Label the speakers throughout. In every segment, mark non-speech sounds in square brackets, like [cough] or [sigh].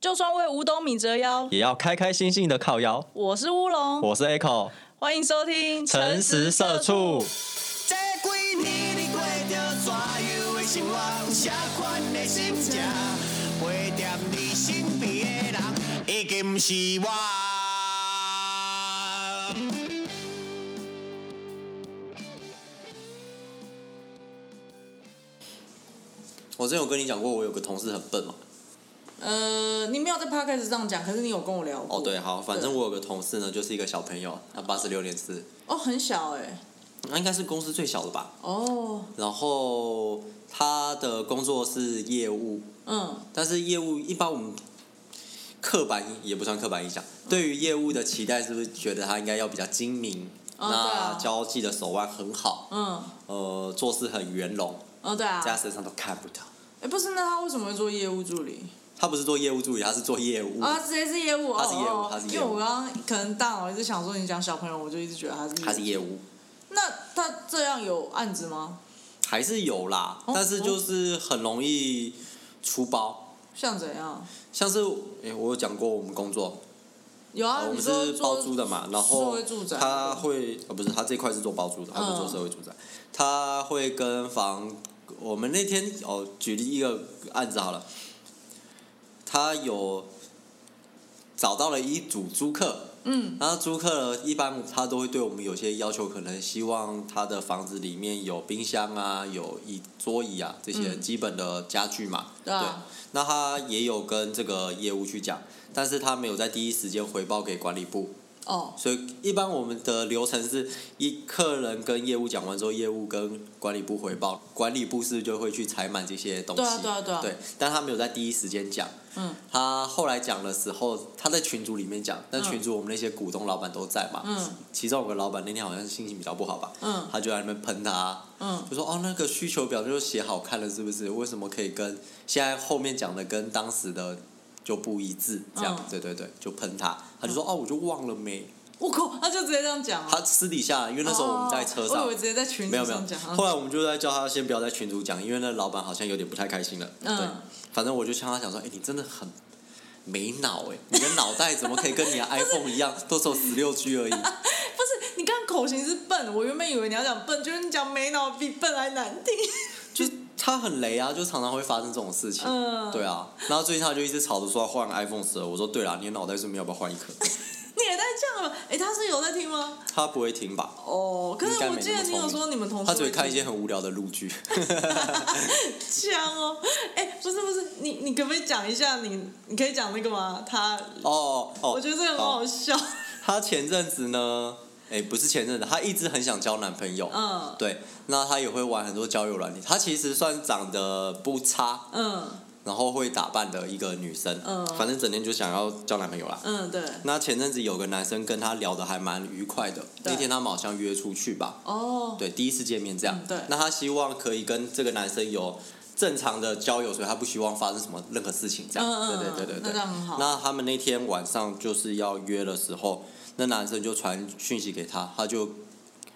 Speaker 1: 就算为五斗米折腰。
Speaker 2: 也要开开心心的靠腰。
Speaker 1: 我是乌龙，
Speaker 2: 我是 Echo，
Speaker 1: 欢迎收听《
Speaker 2: 诚实社畜。。
Speaker 3: 这几年你过着怎样的生活？有啥款的心情？陪在你身边的人，已经不是我。
Speaker 4: 我之前有跟你讲过，我有个同事很笨嘛。
Speaker 1: 呃，你没有在 podcast 上讲，可是你有跟我聊过。
Speaker 4: 哦，对，好，反正
Speaker 1: 对
Speaker 4: 我有个同事呢，就是一个小朋友，他八十六年四，
Speaker 1: 哦，很小哎、
Speaker 4: 那应该是公司最小的吧。
Speaker 1: 哦，
Speaker 4: 然后他的工作是业务，
Speaker 1: 嗯，
Speaker 4: 但是业务一般我们刻板也不算刻板印象，对于业务的期待是不是觉得他应该要比较精明，
Speaker 1: 哦对啊
Speaker 4: 那交际的手腕很好，
Speaker 1: 嗯，
Speaker 4: 呃，做事很圆融，
Speaker 1: 哦，对啊
Speaker 4: 在，他身上都看不到。
Speaker 1: 哎、不是，那他为什么会做业务助理？
Speaker 4: 他不是做业务助理，他是做业务。
Speaker 1: 啊，他直接是业务，哦
Speaker 4: 他是业务
Speaker 1: 哦
Speaker 4: 他是业务
Speaker 1: 因为我刚刚可能大脑一直想说你讲小朋友，我就一直觉得他是
Speaker 4: 他是业务，
Speaker 1: 那他这样有案子吗？
Speaker 4: 还是有啦，
Speaker 1: 哦
Speaker 4: 但是就是很容易出包。
Speaker 1: 像怎样？
Speaker 4: 像是诶、我有讲过我们工作，
Speaker 1: 有啊，
Speaker 4: 哦
Speaker 1: 你
Speaker 4: 我们
Speaker 1: 说
Speaker 4: 是
Speaker 1: 做
Speaker 4: 包租的嘛，然
Speaker 1: 社
Speaker 4: 后
Speaker 1: 会住宅的，
Speaker 4: 他会呃不是他这块是做包租的，他不做
Speaker 1: 嗯
Speaker 4: 社会住宅，他会跟房我们那天哦举例一个案子好了，他有找到了一组租客，
Speaker 1: 嗯，
Speaker 4: 然后租客一般他都会对我们有些要求，可能希望他的房子里面有冰箱啊、有椅桌椅啊这些
Speaker 1: 嗯
Speaker 4: 基本的家具嘛。
Speaker 1: 对啊
Speaker 4: 那他也有跟这个业务去讲，但是他没有在第一时间回报给管理部，
Speaker 1: 哦，
Speaker 4: 所以一般我们的流程是一客人跟业务讲完之后，业务跟管理部回报，管理部是不是就会去采买这些东西。
Speaker 1: 对啊对啊对啊
Speaker 4: 对，但他没有在第一时间讲。
Speaker 1: 嗯
Speaker 4: 他后来讲的时候，他在群组里面讲，但群组我们那些股东老板都在嘛，
Speaker 1: 嗯
Speaker 4: 其中有个老板那天好像心情比较不好吧，
Speaker 1: 嗯
Speaker 4: 他就在那边喷他，
Speaker 1: 嗯
Speaker 4: 就说哦那个需求表就写好看了是不是？为什么可以跟现在后面讲的跟当时的就不一致？这样，
Speaker 1: 嗯
Speaker 4: 对对对，就喷他，他就说、哦我就忘了没，
Speaker 1: 我靠，他就直接这样讲啊。
Speaker 4: 他私底下因为那时候我们在车
Speaker 1: 哦
Speaker 4: 上。
Speaker 1: 我以为直接在群
Speaker 4: 没有
Speaker 1: 组
Speaker 4: 没有
Speaker 1: 上讲。，啊哦
Speaker 4: 后来我们就在叫他先不要在群主讲，因为那老板好像有点不太开心了。
Speaker 1: 嗯
Speaker 4: 对，反正我就向他讲说：“哎、你真的很没脑哎、你的脑袋怎么可以跟你的 iPhone 一样，都只有十六 G 而已？
Speaker 1: 不是你刚刚口型是笨，我原本以为你要讲笨，就是你讲没脑比笨还难听。 [laughs]
Speaker 4: 就是他很雷啊，就常常会发生这种事情。
Speaker 1: 嗯
Speaker 4: 对啊。然后最近他就一直吵着说要换 iPhone 十二，我说：对啦，你的脑袋顺便要不要换一颗？ [laughs]
Speaker 1: 你也太犟了吧？哎，他是有在听吗？
Speaker 4: 他不会听吧？
Speaker 1: 哦，可
Speaker 4: 应
Speaker 1: 是
Speaker 4: 该
Speaker 1: 我
Speaker 4: 没
Speaker 1: 记得
Speaker 4: 那么
Speaker 1: 你有哦
Speaker 4: 聪明
Speaker 1: 说你们同事
Speaker 4: 他只会
Speaker 1: 听
Speaker 4: 看一些很无聊的录剧。
Speaker 1: 犟哦。哎，不是不是，你你可不可以讲一下你你可以讲那个吗？他
Speaker 4: 哦哦，
Speaker 1: 我觉得这个很好笑。
Speaker 4: 她前阵子呢，哎、不是前阵子，她一直很想交男朋友。
Speaker 1: 嗯
Speaker 4: 对，那她也会玩很多交友软件。她其实算长得不差，
Speaker 1: 嗯
Speaker 4: 然后会打扮的一个女生。
Speaker 1: 嗯
Speaker 4: 反正整天就想要交男朋友啦。
Speaker 1: 嗯，对。
Speaker 4: 那前阵子有个男生跟她聊的还蛮愉快的，
Speaker 1: 对
Speaker 4: 那天他们好像约出去吧？
Speaker 1: 哦，
Speaker 4: 对，第一次见面这样。
Speaker 1: 嗯对
Speaker 4: 那她希望可以跟这个男生有。正常的交友，所以她不希望发生什么任何事情，这
Speaker 1: 嗯
Speaker 4: 样。
Speaker 1: 嗯
Speaker 4: 对对对对
Speaker 1: 嗯
Speaker 4: 对，
Speaker 1: 那这样很好
Speaker 4: 那他们那天晚上就是要约的时候，那男生就传讯息给她，他就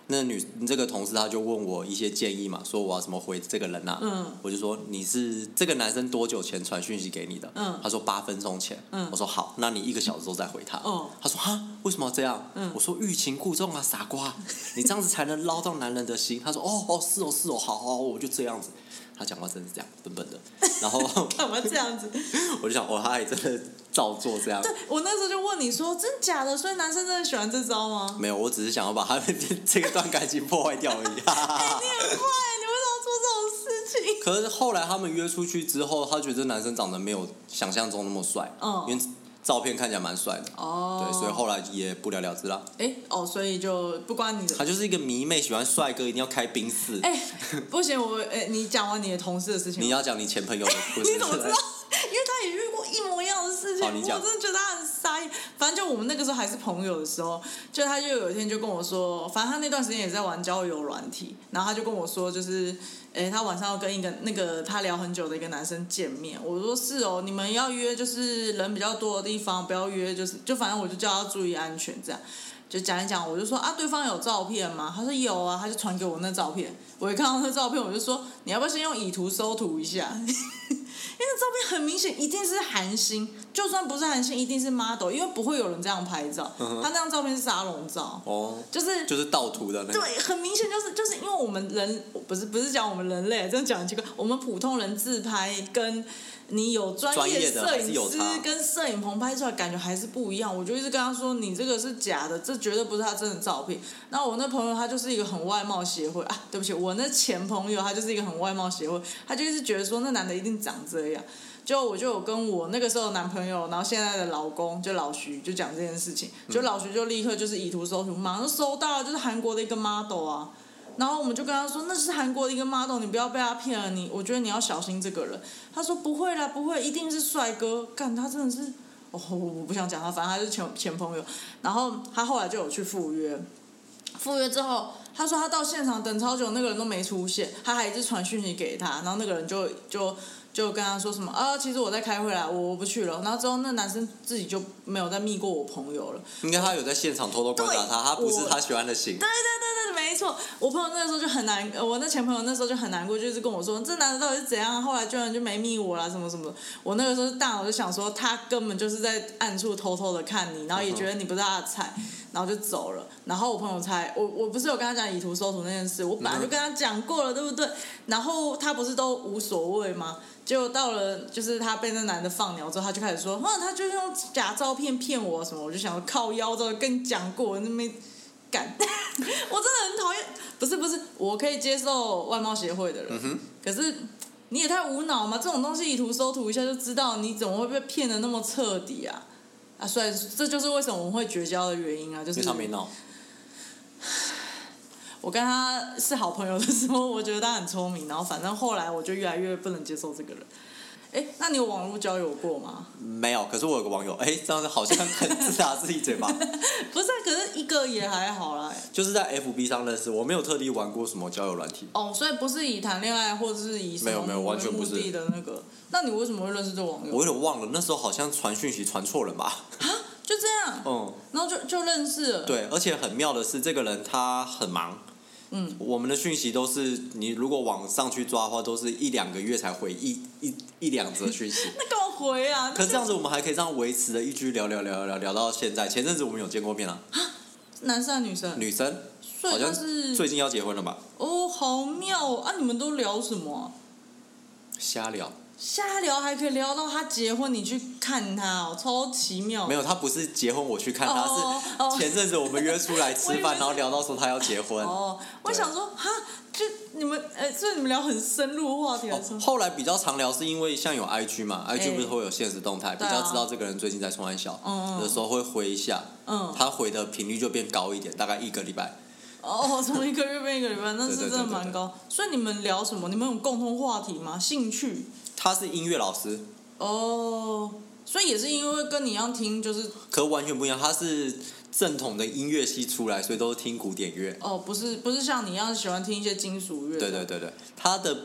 Speaker 4: 那女这个同事他就问我一些建议嘛，说我要怎么回这个人呐、啊
Speaker 1: 嗯
Speaker 4: 我就说你是这个男生多久前传讯息给你的？
Speaker 1: 嗯
Speaker 4: 他说八分钟前。
Speaker 1: 嗯
Speaker 4: 我说好，那你一个小时后再回他。
Speaker 1: 哦
Speaker 4: 他说哈，为什么要这样？
Speaker 1: 嗯
Speaker 4: 我说欲擒故纵啊，傻
Speaker 1: [laughs]
Speaker 4: 瓜，你这样子才能捞到男人的心。他说哦哦是哦是哦，好好，我就这样子。他讲话真是这样笨
Speaker 1: [laughs]
Speaker 4: 笨的，然后 [laughs]
Speaker 1: 干嘛这样子？
Speaker 4: 我就想哦，他也真的照做这样。
Speaker 1: 对我那时候就问你说，真假的？所以男生真的喜欢这招吗？
Speaker 4: 没有，我只是想要把他们这这个段感情破坏掉而已。 [laughs] 哈哈哈。
Speaker 1: 你很坏，你为什么做这种事情？
Speaker 4: 可是后来他们约出去之后，他觉得男生长得没有想象中那么帅，
Speaker 1: 嗯
Speaker 4: 因为照片看起来蛮帅的，
Speaker 1: 哦
Speaker 4: 对，所以后来也不了了之啦。
Speaker 1: 哎、哦，所以就不关你的
Speaker 4: 他。就是一个迷妹，喜欢帅哥，一定要开宾士。
Speaker 1: 哎、不行，我哎、你讲完你的同事的事情吧。
Speaker 4: 你要讲你前朋友的故
Speaker 1: [laughs]
Speaker 4: 事，
Speaker 1: 你怎么知道？因为他也遇过一模一样的事情，
Speaker 4: 好你讲
Speaker 1: 我真的觉得他很傻眼。反正就我们那个时候还是朋友的时候，就他就有一天就跟我说，反正他那段时间也在玩交友软体，然后他就跟我说，就是，诶、他晚上要跟一个那个他聊很久的一个男生见面。我说是哦，你们要约就是人比较多的地方，不要约就是就反正我就叫他注意安全这样。就讲一讲，我就说啊，对方有照片吗？他说有啊，他就传给我那照片。我一看到那照片，我就说你要不要先用以图搜图一下？因为那照片很明显一定是韩星，就算不是韩星，一定是 model，因为不会有人这样拍照。他那张照片是沙龙照，
Speaker 4: 哦，
Speaker 1: 就是
Speaker 4: 就是盗图的那个，
Speaker 1: 对，很明显就是就是因为我们人不是不是讲我们人类，真的讲很奇怪，我们普通人自拍跟你有专
Speaker 4: 专
Speaker 1: 业
Speaker 4: 业的
Speaker 1: 摄
Speaker 4: 还
Speaker 1: 影
Speaker 4: 是有
Speaker 1: 师
Speaker 4: 差
Speaker 1: 跟摄影棚拍出来感觉还是不一样。我就一直跟他说，你这个是假的，这绝对不是他真的照片。那我那朋友他就是一个很外貌协会啊，对不起，我那前朋友他就是一个很外貌协会，他就一直觉得说那男的一定长这样。就我就有跟我那个时候的男朋友，然后现在的老公就老徐就讲这件事情，就老徐就立刻就是以图搜图，马上搜到了就是韩国的一个 model 啊，然后我们就跟他说那是韩国的一个 model，你不要被他骗了，你我觉得你要小心这个人。他说不会啦，不会，一定是帅哥。干，他真的是，哦，我不想讲他，反正他是前前朋友。然后他后来就有去赴约，赴约之后，他说他到现场等超久，那个人都没出现，他还一直传讯息给他，然后那个人就就就跟他说什么啊，其实我在开会啦，我我不去了。然后之后那男生自己就没有再密过我朋友了。
Speaker 4: 应该他有在现场偷偷观察他，
Speaker 1: 对
Speaker 4: 他不是
Speaker 1: 我
Speaker 4: 他喜欢的型
Speaker 1: 对。对对对，对没错。我朋友那个时候就很难，呃我那前朋友那时候就很难过，就是跟我说这男的到底是怎样啊，后来居然就没密我啦，什么什么的。我那个时候大脑就想说，他根本就是在暗处偷偷的看你，然后也觉得你不是他的菜，然后就走了。然后我朋友才，我我不是有跟他讲以图搜图那件事，我本来就跟他讲过了，对不对？然后他不是都无所谓吗？结果到了，就是他被那男的放鸟之后，他就开始说，哼，他就是用假照片骗我啊什么，我就想说靠腰这个跟你讲过，那没干， [laughs] 我真的很讨厌。不是不是，我可以接受外貌协会的人，
Speaker 4: 嗯
Speaker 1: 可是你也太无脑嘛！这种东西以图搜图一下就知道，你怎么会被骗的那么彻底啊？啊，所以这就是为什么我们会绝交的原因啊，就
Speaker 4: 因
Speaker 1: 是
Speaker 4: 为他没闹，
Speaker 1: 我跟他是好朋友的时候，我觉得他很聪明，然后反正后来我就越来越不能接受这个人。哎，那你有网络交友过吗？
Speaker 4: 没有。可是我有个网友，哎，这样子好像很自打自己
Speaker 1: [laughs]
Speaker 4: 嘴巴，
Speaker 1: 不是啊，可是一个也还好啦。
Speaker 4: 就是在 FB 上认识，我没有特地玩过什么交友软体，
Speaker 1: 哦，所以不是以谈恋爱或者是以什么
Speaker 4: 没有没有完全不
Speaker 1: 目
Speaker 4: 是
Speaker 1: 的的那个。那你为什么会认识这个网友？
Speaker 4: 我有点忘了，那时候好像传讯息传错人吧。
Speaker 1: 就这样，
Speaker 4: 嗯，
Speaker 1: 然后就就认识了。
Speaker 4: [laughs] 对，而且很妙的是，这个人他很忙。
Speaker 1: 嗯，
Speaker 4: 我们的讯息都是你如果往上去抓的话，都是一两个月才回一一一两则讯
Speaker 1: [laughs]
Speaker 4: 息。
Speaker 1: 那干嘛回啊？
Speaker 4: 可是这样子，我们还可以这样维持的一句聊聊聊聊聊到现在。前阵子我们有见过面啊，
Speaker 1: 男生还是啊女生？
Speaker 4: 女生
Speaker 1: 所
Speaker 4: 好
Speaker 1: 以他
Speaker 4: 像
Speaker 1: 是
Speaker 4: 最近要结婚了吧？
Speaker 1: 哦，好妙哦！啊！你们都聊什么啊、
Speaker 4: 瞎聊，
Speaker 1: 瞎聊还可以聊到他结婚，你去看他哦，超奇妙。
Speaker 4: 没有，她不是结婚我去看，她
Speaker 1: 哦哦
Speaker 4: 是前阵子我们约出来
Speaker 1: [laughs]
Speaker 4: 吃
Speaker 1: 我以为
Speaker 4: 饭，
Speaker 1: 是
Speaker 4: 然后聊到说她要结婚。
Speaker 1: 哦，我
Speaker 4: 对
Speaker 1: 想说哈，就你们呃，所以你们聊很深入的话题还是
Speaker 4: 哦，？后来比较常聊，是因为像有 IG 嘛、i
Speaker 1: 哎
Speaker 4: g 不是会有现实动态，比
Speaker 1: 对啊
Speaker 4: 较知道这个人最近在冲安小
Speaker 1: 嗯嗯
Speaker 4: 的时候会回一下，
Speaker 1: 嗯，
Speaker 4: 他回的频率就变高一点，大概一个礼拜。
Speaker 1: 哦，从一个月变一个礼拜，那是
Speaker 4: 对
Speaker 1: 真
Speaker 4: 对对
Speaker 1: 的
Speaker 4: 对对
Speaker 1: 蛮高。所以你们聊什么？你们有共同话题吗？兴趣？
Speaker 4: 他是音乐老师，
Speaker 1: 哦，所以也是因为跟你一样听，就是
Speaker 4: 可完全不一样，他是正统的音乐系出来，所以都是听古典乐。
Speaker 1: 哦，不是不是像你一样喜欢听一些金属乐。
Speaker 4: 对对。对对，他的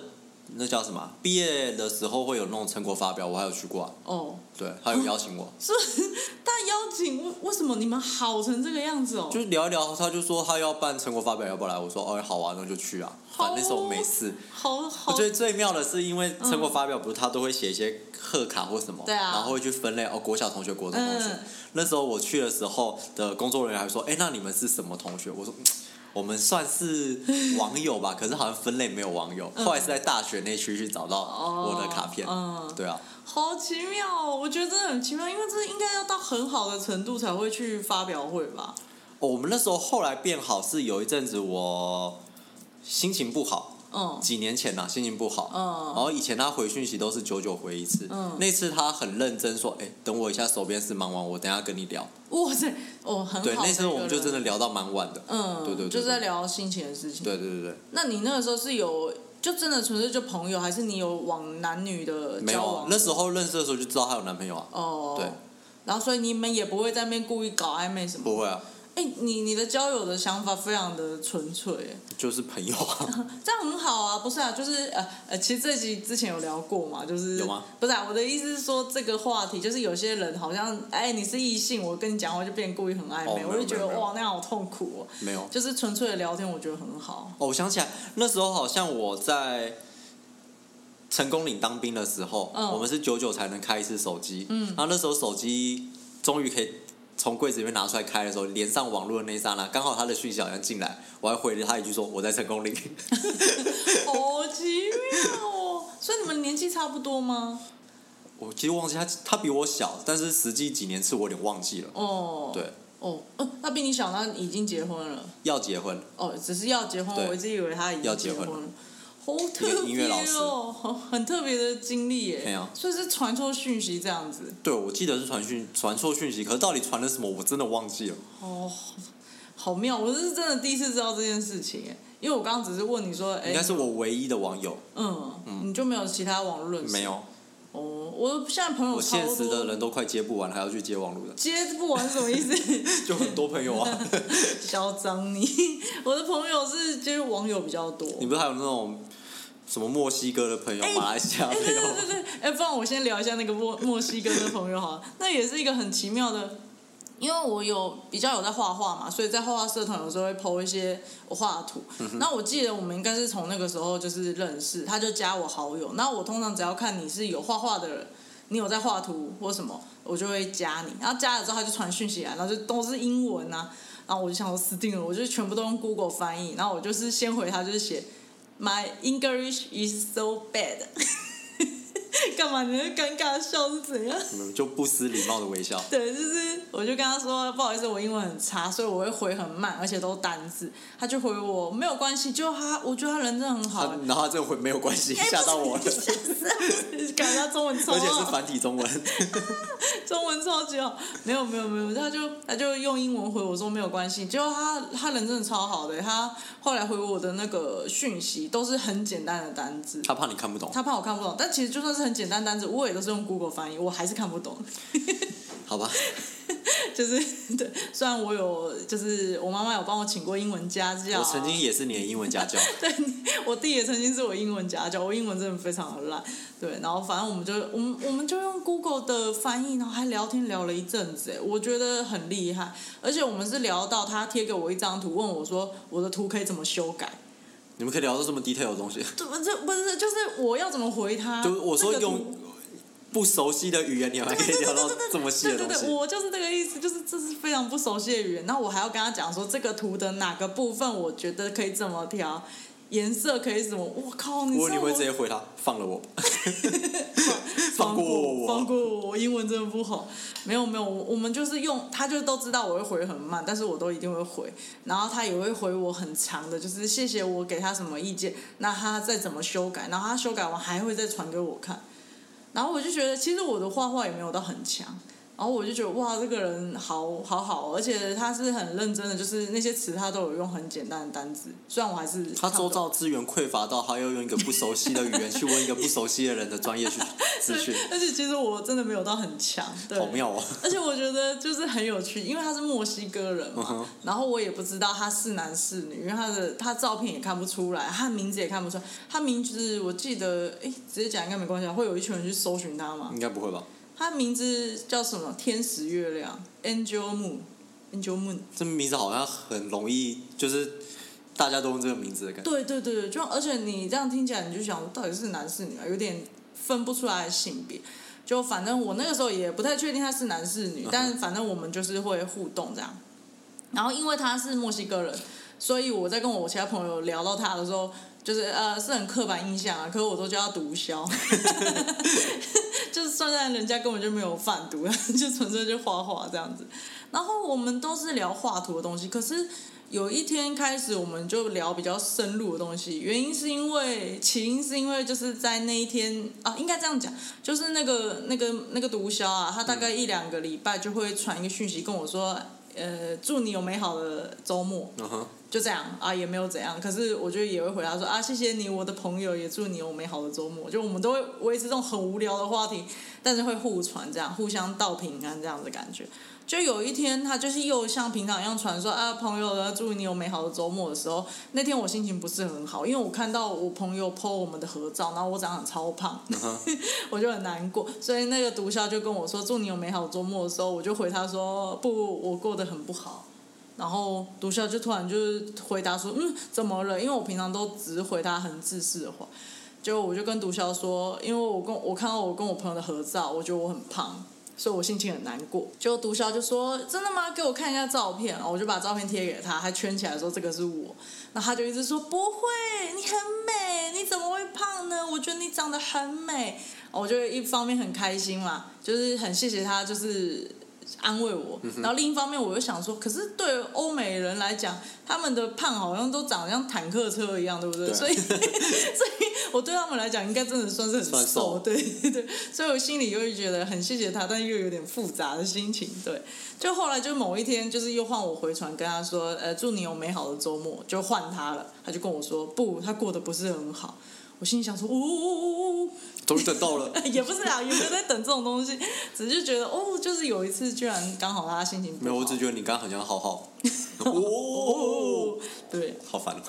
Speaker 4: 那叫什么啊？毕业的时候会有那种成果发表，我还有去过啊、
Speaker 1: 哦，
Speaker 4: 对，哦他有邀请我，
Speaker 1: 是不是？他邀请为为什么你们好成这个样子哦？
Speaker 4: 就是聊一聊，他就说哦他要办成果发表，要不要来？我说哦，好啊，那就去啊，反正那时候没事。
Speaker 1: 好
Speaker 4: 我
Speaker 1: 好
Speaker 4: 觉得最妙的是，因为成果发表不是他都会写一些贺卡或什么，
Speaker 1: 对啊
Speaker 4: 然后会去分类哦，国小同学、国中同学。
Speaker 1: 嗯
Speaker 4: 那时候我去的时候的工作人员还说：“哎，那你们是什么同学？”我说：“嗯我们算是网友 [laughs] 吧，可是好像分类没有网友。”后来是在大学那区去找到
Speaker 1: 哦
Speaker 4: 我的卡片，
Speaker 1: 嗯
Speaker 4: 对啊，
Speaker 1: 好奇妙、哦，我觉得真的很奇妙，因为这应该要到很好的程度才会去发表会吧？
Speaker 4: 哦我们那时候后来变好是有一阵子我心情不好，
Speaker 1: 嗯，
Speaker 4: 几年前呐、心情不好，
Speaker 1: 嗯
Speaker 4: 然后以前他回讯息都是久久回一次，
Speaker 1: 嗯
Speaker 4: 那次他很认真说，哎、等我一下，手边事忙完，我等一下跟你聊。
Speaker 1: 哇塞，哦，很好。
Speaker 4: 对，那次我们就真
Speaker 1: 的
Speaker 4: 的
Speaker 1: 一
Speaker 4: 聊到蛮晚的，
Speaker 1: 个人，嗯，
Speaker 4: 对对对，
Speaker 1: 就是在，聊心情的事情。，
Speaker 4: 对对对对，
Speaker 1: 那你那个时候是有就真的纯粹就朋友，还是你有往男女的
Speaker 4: 没
Speaker 1: 交
Speaker 4: 有啊
Speaker 1: 往，？
Speaker 4: 那时候认识的时候就知道她有男朋友啊，
Speaker 1: 哦，
Speaker 4: 对，
Speaker 1: 然后所以你们也不会在那边故意搞暧昧什么？
Speaker 4: 不会啊，
Speaker 1: 哎、你你的交友的想法非常的纯粹，哎
Speaker 4: 就是朋友啊， [laughs]
Speaker 1: 这样很好啊，不是啊，就是呃呃，其实这集之前有聊过嘛，就是
Speaker 4: 有吗？
Speaker 1: 不是啊，我的意思是说这个话题，就是有些人好像，哎，你是异性，我跟你讲话就变故意很暧
Speaker 4: 哦没
Speaker 1: 昧，
Speaker 4: 有
Speaker 1: 我就觉得
Speaker 4: 没有没有
Speaker 1: 哇，那样好痛苦哦。
Speaker 4: 没有。
Speaker 1: 就是纯粹的聊天，我觉得很好。
Speaker 4: 哦，我想起来，那时候好像我在成功岭当兵的时候，
Speaker 1: 嗯
Speaker 4: 我们是久久才能开一次手机，嗯，然后那时候手机终于可以从柜子里面拿出来开的时候，连上网络的那一刹那，刚好他的讯息好像进来，我还回了他一句说我在成功岭， [laughs]
Speaker 1: 好奇妙哦！所以你们年纪差不多吗？
Speaker 4: 我其实忘记他他比我小，但是实际几年次我有点忘记了，
Speaker 1: 哦，
Speaker 4: 对，
Speaker 1: 哦，嗯，那比你小，那已经结婚了。
Speaker 4: 要结婚，
Speaker 1: 哦，只是要结婚，
Speaker 4: 对
Speaker 1: 我一直以为他已经
Speaker 4: 要
Speaker 1: 结
Speaker 4: 结婚
Speaker 1: 了。好特
Speaker 4: 音
Speaker 1: 别
Speaker 4: 乐老师
Speaker 1: 哦，好很特别的经历耶。
Speaker 4: 对啊
Speaker 1: 所以是传错讯息这样子。
Speaker 4: 对我记得是传讯传错讯息，可是到底传了什么我真的忘记了，
Speaker 1: 哦，好妙！我是真的第一次知道这件事情耶，因为我刚刚只是问你说，哎、
Speaker 4: 应该是我唯一的网友，
Speaker 1: 嗯，你就没有其他网络认识？
Speaker 4: 没。有，
Speaker 1: 哦，我现在朋友
Speaker 4: 我
Speaker 1: 超
Speaker 4: 现实的
Speaker 1: 多，
Speaker 4: 人都快接不完，还要去接网络的，
Speaker 1: 接不完是什么意思？ [laughs]
Speaker 4: 就很多朋友啊。
Speaker 1: 嚣张你！ [laughs] 我的朋友是就是网友比较多。
Speaker 4: 你不是还有那种什么墨西哥的朋友、马来西亚
Speaker 1: 哎、
Speaker 4: 朋
Speaker 1: 对对对
Speaker 4: 友？
Speaker 1: 对，哎、不然我先聊一下那个墨墨西哥的朋友哈，那也是一个很奇妙的，因为我有比较有在画画嘛，所以在画画社团有时候会 PO 一些我画的图。那我记得我们应该是从那个时候就是认识，他就加我好友。那我通常只要看你是有画画的人，你有在画图或什么，我就会加你。然后加了之后，他就传讯息来，然后就都是英文啊。然后我就想说死定了，我就全部都用 Google 翻译。然后我就是先回他，就是写 My English is so bad 。 [laughs] 干嘛？你那尴尬的笑是怎样？
Speaker 4: 你们就不失礼貌的微笑。
Speaker 1: 对，就是我就跟他说，不好意思，我英文很差，所以我会回很慢，而且都单字。他就回我没有关系，就他，我觉得他人真的很好、哎
Speaker 4: 他
Speaker 1: 欸。
Speaker 4: 然后他这回没有关系，吓
Speaker 1: [laughs]
Speaker 4: 到我了，
Speaker 1: 吓死我了 [laughs] 感觉他中文超
Speaker 4: 而且是
Speaker 1: 好，
Speaker 4: 繁体中文。
Speaker 1: 中文超级好。没有没有没有，他就他就用英文回我说没有关系。结果他他人真的超好的欸、他后来回我的那个讯息都是很简单的单字。
Speaker 4: 他怕你看不懂，
Speaker 1: 他怕我看不懂，但其实就算是很简单单字，我也都是用 Google 翻译，我还是看不懂。
Speaker 4: 好吧？
Speaker 1: 就是 [laughs] 对，虽然我有，就是我妈妈有帮我请过英文家教，啊
Speaker 4: 我曾经也是你的英文家教，
Speaker 1: [laughs] 对，我弟也曾经是我英文家教，我英文真的非常的烂，对，然后反正我们就我们我们就用 Google 的翻译，然后还聊天聊了一阵子，哎，我觉得很厉害，而且我们是聊到他贴给我一张图，问我说我的图可以怎么修改，
Speaker 4: 你们可以聊到这么 detail 的东西。
Speaker 1: 这不这不是就是我要怎么回他，
Speaker 4: 就是我说
Speaker 1: 那个图
Speaker 4: 用 [laughs] 不熟悉的语言，你还可以聊到这么细的
Speaker 1: 对
Speaker 4: 东
Speaker 1: 对对，
Speaker 4: 西。
Speaker 1: 我就是这个意思，就是这是非常不熟悉的语言。那我还要跟他讲说，这个图的哪个部分我觉得可以怎么调，颜色可以怎么？我靠，你
Speaker 4: 如
Speaker 1: 知
Speaker 4: 果
Speaker 1: 道
Speaker 4: 你会
Speaker 1: 我
Speaker 4: 直接回他，放了我，
Speaker 1: 放
Speaker 4: 放过
Speaker 1: 我， [laughs] 放
Speaker 4: 我，
Speaker 1: 过我，我英文真的不好。没有没有，我我们就是用，他就都知道我会回很慢，但是我都一定会回，然后他也会回我很长的，就是谢谢我给他什么意见，那他再怎么修改，然后他修改完还会再传给我看，然后我就觉得其实我的画画也没有到很强。然后我就觉得哇，这个人好 [laughs] 好好，而且他是很认真的，就是那些词他都有用很简单的单字，虽然我还是
Speaker 4: 他
Speaker 1: 看不
Speaker 4: 周
Speaker 1: 懂
Speaker 4: 遭资源匮乏到他要用一个不熟悉的语言去问一个不熟悉的人的专
Speaker 1: [laughs]
Speaker 4: 业去咨询
Speaker 1: 对，，而且其实我真的没有到很强，对，
Speaker 4: 好妙哦！
Speaker 1: 而且我觉得就是很有趣，因为他是墨西哥人嘛，
Speaker 4: 嗯哼
Speaker 1: 然后我也不知道他是男是女，因为他的他照片也看不出来，他名字也看不出来，他名字我记得，哎，直接讲应该没关系啊，会有一群人去搜寻他嘛
Speaker 4: 应。该不会吧？
Speaker 1: 他名字叫什么？天使月亮，Angel Moon，Angel Moon。
Speaker 4: 这名字好像很容易，就是大家都用这个名字的感觉。
Speaker 1: 对对对对，就而且你这样听起来，你就想到底是男是女啊，有点分不出来性别。就反正我那个时候也不太确定他是男是女，但反正我们就是会互动这样。然后因为他是墨西哥人，所以我在跟我其他朋友聊到他的时候，就是呃是很刻板印象啊，可是我都叫他毒枭，就是算在人家根本就没有贩毒， [laughs] 就纯粹就画画这样子。然后我们都是聊画图的东西，可是有一天开始我们就聊比较深入的东西，原因是因为起因是因为就是在那一天啊，应该这样讲，就是那个那个那个毒枭啊，他大概一两个礼拜就会传一个讯息跟我说，呃，祝你有美好的周末。
Speaker 4: 嗯哼，
Speaker 1: 就这样啊，也没有怎样。可是我觉得也会回答说啊，谢谢你，我的朋友，也祝你有美好的周末。就我们都会维持这种很无聊的话题，但是会互传这样，互相道平安这样的感觉。就有一天，他就是又像平常一样传说啊，朋友的祝你有美好的周末的时候，那天我心情不是很好，因为我看到我朋友 po 我们的合照，然后我长得超胖，我就很难过。所以那个毒枭就跟我说祝你有美好的周末的时候，我就回他说不，我过得很不好。然后毒枭就突然就是回答说，嗯，怎么了？因为我平常都只回答很自私的话，结果我就跟毒枭说，因为我跟我看到我跟我朋友的合照，我觉得我很胖， [laughs] 所以我心情很难过。结果毒枭就说：“真的吗？给我看一下照片。”我就把照片贴给他，他圈起来说：“这个是我。”那他就一直说：“不会，你很美，你怎么会胖呢？我觉得你长得很美。”哦我就一方面很开心嘛，就是很谢谢他，就是安慰我。
Speaker 4: 嗯
Speaker 1: 然后另一方面，我又想说，可是对欧美人来讲，他们的胖好像都长得像坦克车一样，对不对？
Speaker 4: 对啊
Speaker 1: 所以， [laughs] 所以我对他们来讲，应该真的算是很
Speaker 4: 算
Speaker 1: 瘦
Speaker 4: 瘦
Speaker 1: 对对对。所以我心里又会觉得很谢谢他，但又有点复杂的心情。对，就后来就某一天，就是又换我回传跟他说，呃，祝你有美好的周末，就换他了。他就跟我说，不，他过得不是很好。我心里想说，呜哦呜呜呜呜。
Speaker 4: 终于等到
Speaker 1: [laughs]
Speaker 4: 了，
Speaker 1: 也不是啊，也没有在等这种东西，只是觉得哦，就是有一次居然刚好他心情不好
Speaker 4: 没有，我只觉得你刚刚好像
Speaker 1: [laughs]
Speaker 4: 浩浩，哦，
Speaker 1: 对，
Speaker 4: 好烦哦。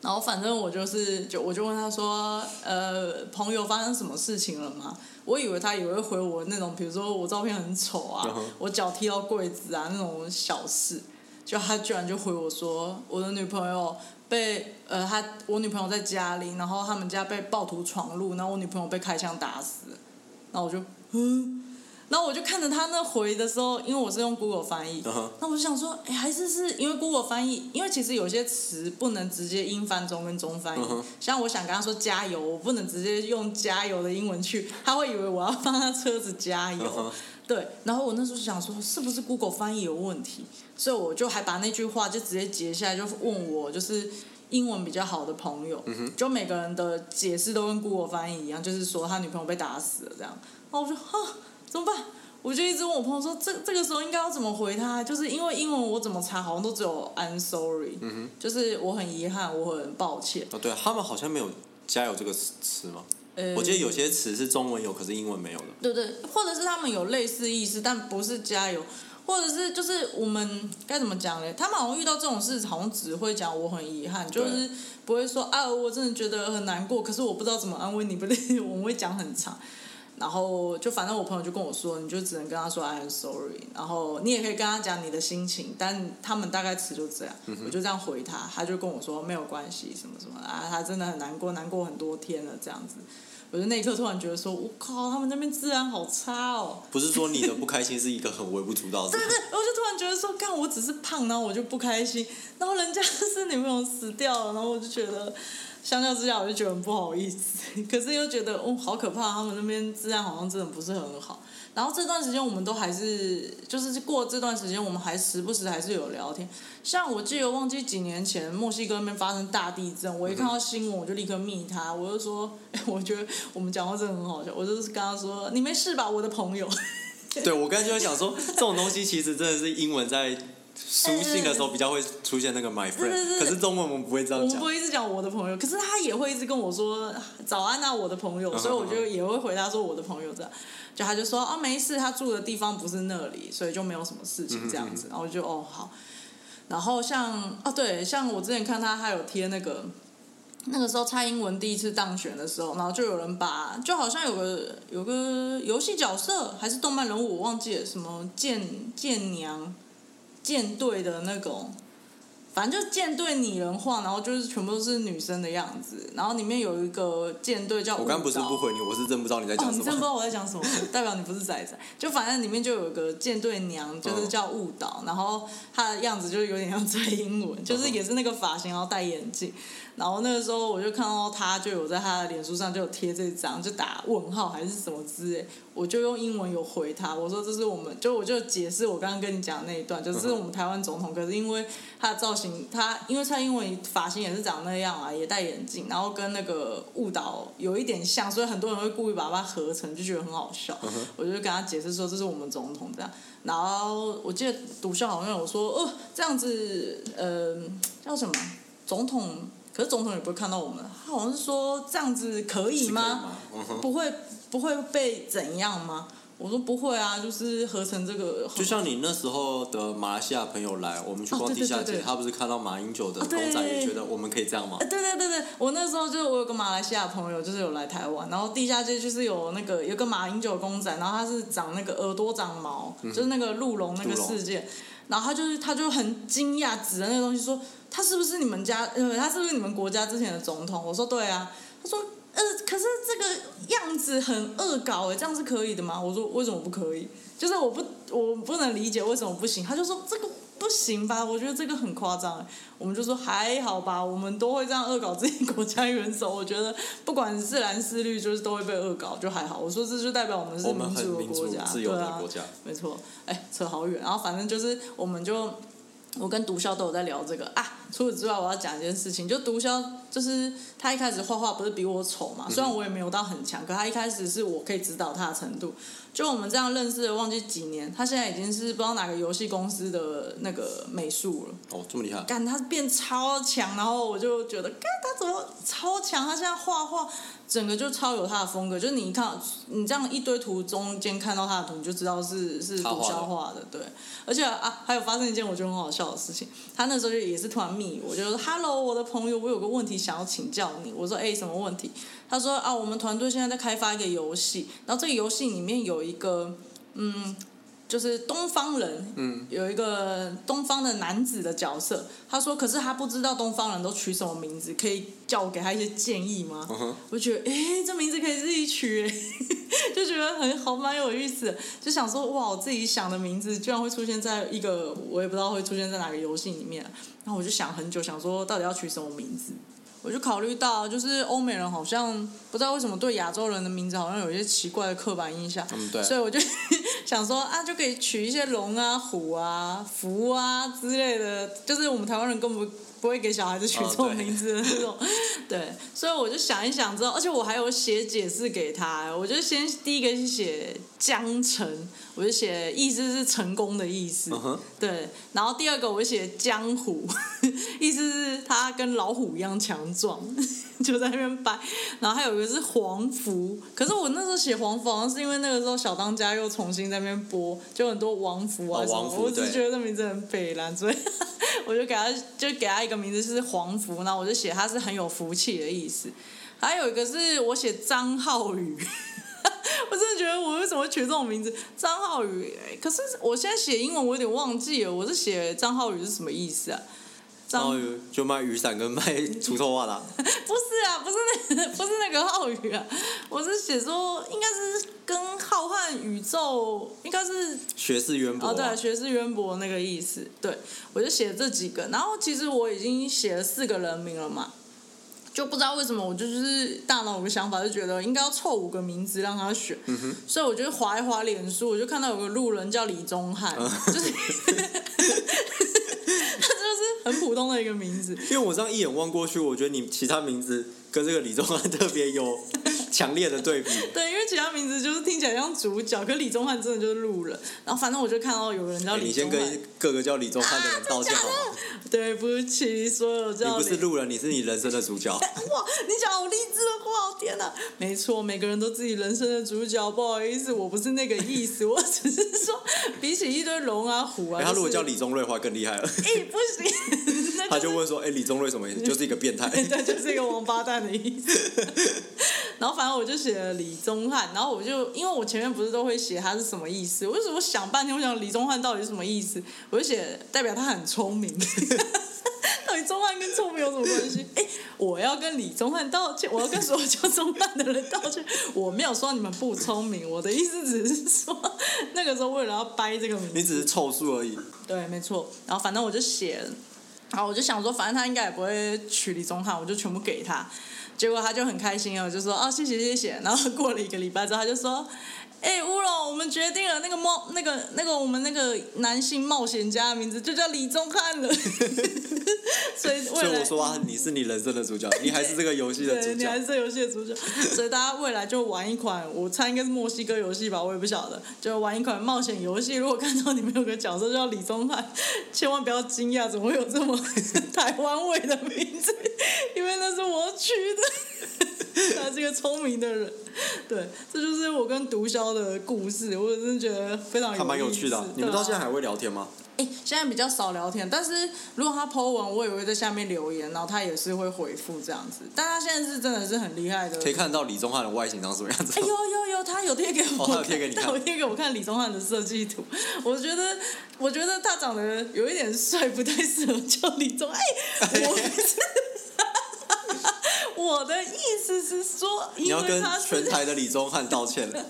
Speaker 1: 然后反正我就是就我就问他说，呃，朋友发生什么事情了吗？我以为他也会回我那种，比如说我照片很丑啊
Speaker 4: 嗯哼
Speaker 1: 我脚踢到柜子啊那种小事，就他居然就回我说，我的女朋友被呃他我女朋友在家里，然后他们家被暴徒闯入，然后我女朋友被开枪打死，然后我就嗯，然后我就看着他那回的时候，因为我是用 Google 翻译，
Speaker 4: 嗯哼
Speaker 1: 那我就想说，哎，还是是因为 Google 翻译，因为其实有些词不能直接英翻中跟中翻译
Speaker 4: 嗯哼
Speaker 1: 像我想跟他说加油，我不能直接用加油的英文去，他会以为我要帮他车子加油。
Speaker 4: 嗯哼
Speaker 1: 对，然后我那时候想说，是不是 Google 翻译有问题？所以我就还把那句话就直接截下来，就问我就是英文比较好的朋友，
Speaker 4: 嗯
Speaker 1: 就每个人的解释都跟 Google 翻译一样，就是说他女朋友被打死了这样。然后我就哈，怎么办？我就一直问我朋友说，这这个时候应该要怎么回他？就是因为英文我怎么查好像都只有 I'm sorry，、就是
Speaker 4: 嗯
Speaker 1: 我很遗憾，我很抱歉。
Speaker 4: 哦，对他们好像没有加油这个词词吗？
Speaker 1: 呃
Speaker 4: 我记得有些词是中文有，可是英文没有的。
Speaker 1: 对对，或者是他们有类似意思，但不是加油，或者是就是我们该怎么讲嘞？他们好像遇到这种事，好像只会讲我很遗憾，就是不会说啊，我真的觉得很难过，可是我不知道怎么安慰你，不对， [laughs] 我们会讲很长。然后就反正我朋友就跟我说，你就只能跟他说 I'm sorry，然后你也可以跟他讲你的心情，但他们大概词就这样，我就这样回他，他就跟我说没有关系什么什么的啊，他真的很难过，难过很多天了这样子。我就那一刻突然觉得说，我靠，他们那边治安好差哦。
Speaker 4: 不是说你的不开心是一个很微不足道的
Speaker 1: 对
Speaker 4: 事
Speaker 1: 对，我就突然觉得说，干，我只是胖，然后我就不开心，然后人家 [laughs] 是女朋友死掉了，然后我就觉得，相较之下，我就觉得很不好意思， [laughs] 可是又觉得，哦，好可怕，他们那边治安好像真的不是很好。然后这段时间我们都还是，就是过这段时间，我们还时不时还是有聊天。像我记得忘记几年前墨西哥那边发生大地震，我一看到新闻我就立刻密他，我就说， [laughs] 我觉得我们讲话真的很好笑，我就是跟他说，你没事吧，我的朋友。 [laughs]
Speaker 4: [laughs] 对我刚才就在想说，这种东西其实真的是英文在书信的时候比较会出现那个 my
Speaker 1: 对对
Speaker 4: friend，可是中文我们不会这
Speaker 1: 我
Speaker 4: 样
Speaker 1: 们
Speaker 4: 讲
Speaker 1: 不。会一直讲我的朋友，可是他也会一直跟我说早安啊，我的朋
Speaker 4: 嗯
Speaker 1: 友，所以我就也会回答说我的朋友这样，就他就说啊没事，他住的地方不是那里，所以就没有什么事
Speaker 4: 嗯
Speaker 1: 情这样子，然后我就哦好，然后像啊对，像我之前看他还有贴那个。那个时候蔡英文第一次当选的时候，然后就有人把，就好像有个有个游戏角色还是动漫人物，我忘记了什么舰舰娘舰队的那种，反正就舰队拟人化，然后就是全部都是女生的样子，然后里面有一个舰队叫
Speaker 4: 我刚
Speaker 1: 雾
Speaker 4: 不是
Speaker 1: 岛
Speaker 4: 不回你，我是真不知道你在
Speaker 1: 哦，
Speaker 4: 讲
Speaker 1: 你
Speaker 4: 什
Speaker 1: 真不知
Speaker 4: 么。
Speaker 1: 道我在讲什么，代表你不是仔仔。就反正里面就有个舰队娘，就是叫误导，然后她的样子就是有点像蔡英文，就是也是那个发型，然后戴眼镜。然后那个时候我就看到她就有在她的脸书上就有贴这张，就打问号还是什么之类，我就用英文有回她，我说这是我们，就我就解释我刚刚跟你讲的那一段，就是我们台湾总统，可是因为她的造型，她因为蔡英文发型也是长那样啊，也戴眼镜，然后跟那个误导有一点像，所以很多人会故意把它合成，就觉得很好笑。我就跟他解释说这是我们总统这样，然后我记得毒枭好像有说，哦，这样子，呃，叫什么总统？可是总统也不会看到我们，他好像是说这样子可以吗？
Speaker 4: 是可以吗嗯哼
Speaker 1: 不会不会被怎样吗？我说不会啊，就是合成这个很
Speaker 4: 就像你那时候的马来西亚朋友来，我们去
Speaker 1: 哦
Speaker 4: 逛
Speaker 1: 对
Speaker 4: 地
Speaker 1: 对
Speaker 4: 下
Speaker 1: 对
Speaker 4: 街，
Speaker 1: 对
Speaker 4: 他不是看到马英九的
Speaker 1: 哦对
Speaker 4: 公仔，也觉得我们可以这样吗
Speaker 1: 呃？对对对对，我那时候就是我有个马来西亚朋友，就是有来台湾，然后地下街就是有那个有个马英九公仔，然后他是长那个耳朵长毛，就是那个鹿茸那个
Speaker 4: 嗯鹿茸
Speaker 1: 事件，然后他就是他就很惊讶，指着那个东西说，他是不是你们家呃他是不是你们国家之前的总统？我说对啊，他说呃，可是这个样子很恶搞哎，这样是可以的吗？我说为什么不可以？就是我不我不能理解为什么不行。他就说这个不行吧，我觉得这个很夸张哎。我们就说还好吧，我们都会这样恶搞自己国家元首。我觉得不管是蓝是绿，就是都会被恶搞，就还好。我说这就代表我们是
Speaker 4: 我们
Speaker 1: 民
Speaker 4: 很
Speaker 1: 主的
Speaker 4: 民主
Speaker 1: 国家，
Speaker 4: 自由的
Speaker 1: 对啊
Speaker 4: 国家
Speaker 1: 没错。哎，扯好远。然后反正就是我们就我跟毒枭都有在聊这个啊。除此之外，我要讲一件事情，就毒枭，就是他一开始画画不是比我丑嘛，虽然我也没有到很强，可他一开始是我可以指导他的程度。就我们这样认识了，忘记几年，他现在已经是不知道哪个游戏公司的那个美术了。
Speaker 4: 哦，这么厉害，
Speaker 1: 干他变超强，然后我就觉得，干他怎么超强？他现在画画整个就超有他的风格，就是你一看你这样一堆图中间看到他的图，你就知道是是毒
Speaker 4: 他画的
Speaker 1: 枭画的，对。而且啊，还有发生一件我觉得很好笑的事情，他那时候就也是突然密我，就说：“Hello，我的朋友，我有个问题想要请教你。”我说：“哎、什么问题？”他说：“啊，我们团队现在在开发一个游戏，然后这个游戏里面有一个嗯。”就是东方人，嗯，有一个东方的男子的角色，他说，可是他不知道东方人都取什么名字，可以叫我给他一些建议吗？我就觉得，哎、这名字可以自己取、欸， [laughs] 就觉得很好，蛮有意思的就想说，哇，我自己想的名字居然会出现在一个我也不知道会出现在哪个游戏里面，然后我就想很久，想说到底要取什么名字。我就考虑到，就是欧美人好像不知道为什么对亚洲人的名字好像有一些奇怪的刻板印象，
Speaker 4: 嗯对
Speaker 1: 所以我就 [laughs] 想说啊，就可以取一些龙啊、虎啊、福啊之类的，就是我们台湾人根本不不会给小孩子取
Speaker 4: 哦
Speaker 1: 这种
Speaker 4: 对
Speaker 1: 名字的那种，对，所以我就想一想之后，而且我还有写解释给他，我就先第一个是写江城，我就写意思是成功的意思
Speaker 4: 嗯哼
Speaker 1: 对，然后第二个我写江湖， [laughs] 意思是他跟老虎一样强壮，
Speaker 4: [laughs]
Speaker 1: 就在那边掰，然后还有一个是黄福，可是我那时候写黄福好像是因为那个时候小当家又重新在那边播，就很多王福啊
Speaker 4: 哦
Speaker 1: 什么，
Speaker 4: 王福
Speaker 1: 我只
Speaker 4: 对
Speaker 1: 觉得这名字很北蓝，所以 [laughs] 我就给他就给他一个名字是黄福，然后我就写他是很有福气的意思。还有一个是我写张浩宇， [laughs] 我真的觉得我为什么会取这种名字张浩宇？哎可是我现在写英文我有点忘记了，我是写张浩宇是什么意思啊？
Speaker 4: 然
Speaker 1: 张
Speaker 4: 后就卖雨伞跟卖除臭袜
Speaker 1: [laughs]
Speaker 4: 啦。
Speaker 1: 不是啊，不是那个不是那个浩宇啊，我是写说应该是跟浩瀚宇宙应该是
Speaker 4: 学识渊博、
Speaker 1: 哦，
Speaker 4: 啊。
Speaker 1: 对，学识渊博那个意思。对，我就写这几个，然后其实我已经写了四个人名了嘛，就不知道为什么我就是大脑有个想法，就觉得应该要凑五个名字让他选，所以我就划一划脸书，我就看到有个路人叫李宗翰，就是 [laughs] 他就是很普通的一个名字，
Speaker 4: 因为我这样一眼望过去，我觉得你其他名字跟这个李宗翰特别有强烈的对比。
Speaker 1: 对，因为其他名字就是听起来像主角，可李宗翰真的就是路人。然后反正我就看到有人叫
Speaker 4: 哎
Speaker 1: 李
Speaker 4: 你
Speaker 1: 宗翰，
Speaker 4: 先
Speaker 1: 啊
Speaker 4: 跟各个叫李宗翰的人道歉好吗？
Speaker 1: 对不起，所有
Speaker 4: 你
Speaker 1: 叫
Speaker 4: 不
Speaker 1: 李
Speaker 4: 是路人，你是你人生的主角。
Speaker 1: [laughs] 哇，你讲好励志的话，哦天哪！没错，每个人都自己人生的主角，不好意思，我不是那个意思，我只是说，比起一堆龙啊、虎啊，
Speaker 4: 哎他如果
Speaker 1: 就是
Speaker 4: 叫，李宗瑞的话更厉害了，
Speaker 1: [laughs] 哎、不行，那
Speaker 4: 他
Speaker 1: 是
Speaker 4: 就问说：“哎，李宗瑞什么意思？”就是一个变
Speaker 1: [laughs]
Speaker 4: 态。
Speaker 1: 对，就是一个王八蛋的意思。然后反正我就写了李宗翰，然后我就因为我前面不是都会写他是什么意思，我就我想半天，我想李宗翰到底是什么意思，我就写代表他很聪明。 [laughs] 到底钟汉跟聪明有什么关系？哎、我要跟李宗翰道歉，我要跟所有叫钟汉的人道歉。我没有说你们不聪明，我的意思只是说那个时候为了要掰这个名字，
Speaker 4: 你只是凑数而已。
Speaker 1: 对，没错。然后反正我就写了，然后我就想说，反正他应该也不会娶李宗翰，我就全部给他。结果他就很开心哦，就说哦谢谢谢谢。然后过了一个礼拜之后，他就说，哎、乌龙，我们决定了那个冒那个那个我们那个男性冒险家的名字就叫李宗翰了。 [laughs] 所以
Speaker 4: 所
Speaker 1: 未
Speaker 4: 以
Speaker 1: 来
Speaker 4: 我说啊，你是你人生的主角，你还是这个游戏的
Speaker 1: 对，
Speaker 4: 主
Speaker 1: 你还
Speaker 4: 角。
Speaker 1: 是游戏的主角， [laughs] 所以大家未来就玩一款，我猜应该是墨西哥游戏吧，我也不晓得，就玩一款冒险游戏。如果看到你们有个角色叫李宗翰， [laughs] 千万不要惊讶，怎么会有这么 [laughs] 台湾味的名字？因为那是我取的。 [laughs] 他是一个聪明的人，对，这就是我跟毒枭的故事，我真的觉得非常有
Speaker 4: 还蛮有
Speaker 1: 意
Speaker 4: 趣的啊
Speaker 1: 思，
Speaker 4: 你们
Speaker 1: 对
Speaker 4: 到
Speaker 1: 啊
Speaker 4: 现在还会聊天吗？
Speaker 1: 哎、现在比较少聊天，但是如果他 Po 文，我也会在下面留言，然后他也是会回复这样子。但他现在是真的是很厉害的。
Speaker 4: 可以看到李宗翰的外形长什么样子
Speaker 1: 哎、
Speaker 4: 吗？
Speaker 1: 有有有，他有贴给我看，
Speaker 4: 哦他有贴给你看
Speaker 1: 他有贴给我看李宗翰的设计图。我觉得，我觉得他长得有
Speaker 4: [laughs]
Speaker 1: 一点帅，不太适合叫李宗。哎、我我 [laughs] 我的意思是说，
Speaker 4: 你
Speaker 1: 因
Speaker 4: 要
Speaker 1: 为
Speaker 4: 跟
Speaker 1: 他是
Speaker 4: 全台的李宗翰道歉了。
Speaker 1: [laughs]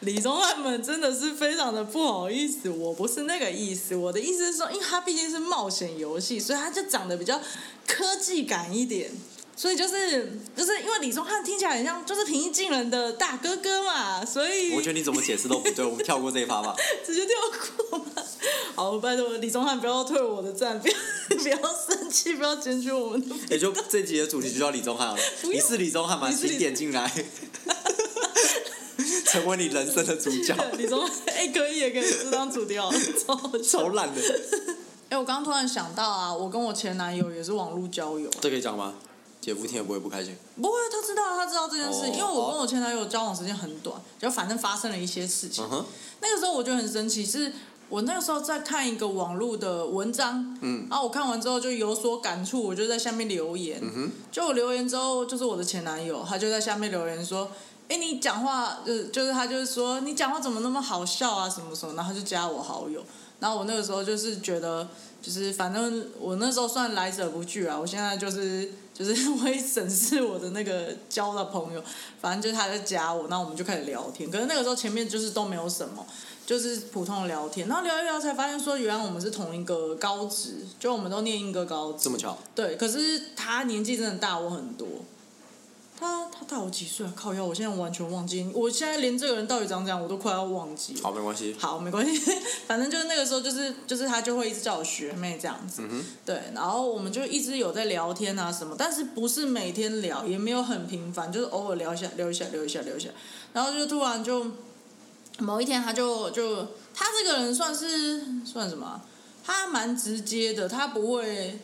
Speaker 1: 李宗翰们真的是非常的不好意思，我不是那个意思，我的意思是说，因为它毕竟是冒险游戏，所以它就长得比较科技感一点。所以就是就是因为李宗翰听起来很像就是平易近人的大哥哥嘛，所以
Speaker 4: 我觉得 [laughs] 你怎么解释都不对，我们跳过这一趴吧。
Speaker 1: 直接跳过吧。好，拜托李宗翰不要退我的赞，不要 [laughs] 不要生气，不要检举我们的
Speaker 4: 也就这集的主题就叫李宗翰了。
Speaker 1: [laughs] 不用
Speaker 4: 你是李宗翰吗？
Speaker 1: 你是李
Speaker 4: 请点进来， [laughs] 成为你人生的主 [laughs] 角。
Speaker 1: 李宗翰。哎、可以，可以，这张主题好了，超好笑
Speaker 4: [laughs] 超
Speaker 1: [laughs]
Speaker 4: 烂的，
Speaker 1: 哎、我刚刚突然想到啊，我跟我前男友也是网络交友、
Speaker 4: 这可以讲吗？姐夫听也不会不开心。
Speaker 1: 不会，他知道，他知道这件事，
Speaker 4: 哦
Speaker 1: 因为我跟我前男友交往时间很短，就反正发生了一些事情。
Speaker 4: 嗯哼，
Speaker 1: 那个时候我就很生气，是我那个时候在看一个网络的文章，
Speaker 4: 嗯，
Speaker 1: 然后我看完之后就有所感触，我就在下面留言，嗯
Speaker 4: 哼，
Speaker 1: 就我留言之后，就是我的前男友，他就在下面留言说。哎，你讲话，呃，就是他就是说你讲话怎么那么好笑啊，什么什么，然后他就加我好友，然后我那个时候就是觉得，就是反正我那时候算来者不拒啊，我现在就是就是会审视我的那个交的朋友，反正就是他在加我，然后我们就开始聊天。可是那个时候前面就是都没有什么，就是普通的聊天，然后聊一聊才发现说，原来我们是同一个高职，就我们都念一个高职
Speaker 4: 这。么巧，
Speaker 1: 对，可是他年纪真的大我很多，他他大我几岁啊？靠腰，我现在完全忘记，我现在连这个人到底长怎样我都快要忘记了。
Speaker 4: 好，没关系。
Speaker 1: 好，没关系， [laughs] 反正就是那个时候，就是就是他就会一直叫我学妹这样子，
Speaker 4: 嗯
Speaker 1: 对，然后我们就一直有在聊天啊什么，但是不是每天聊，也没有很频繁，就是偶尔聊一下，聊一下，聊一下，聊一下，然后就突然就某一天他就就他这个人算是算什么啊、他蛮直接的，他不会。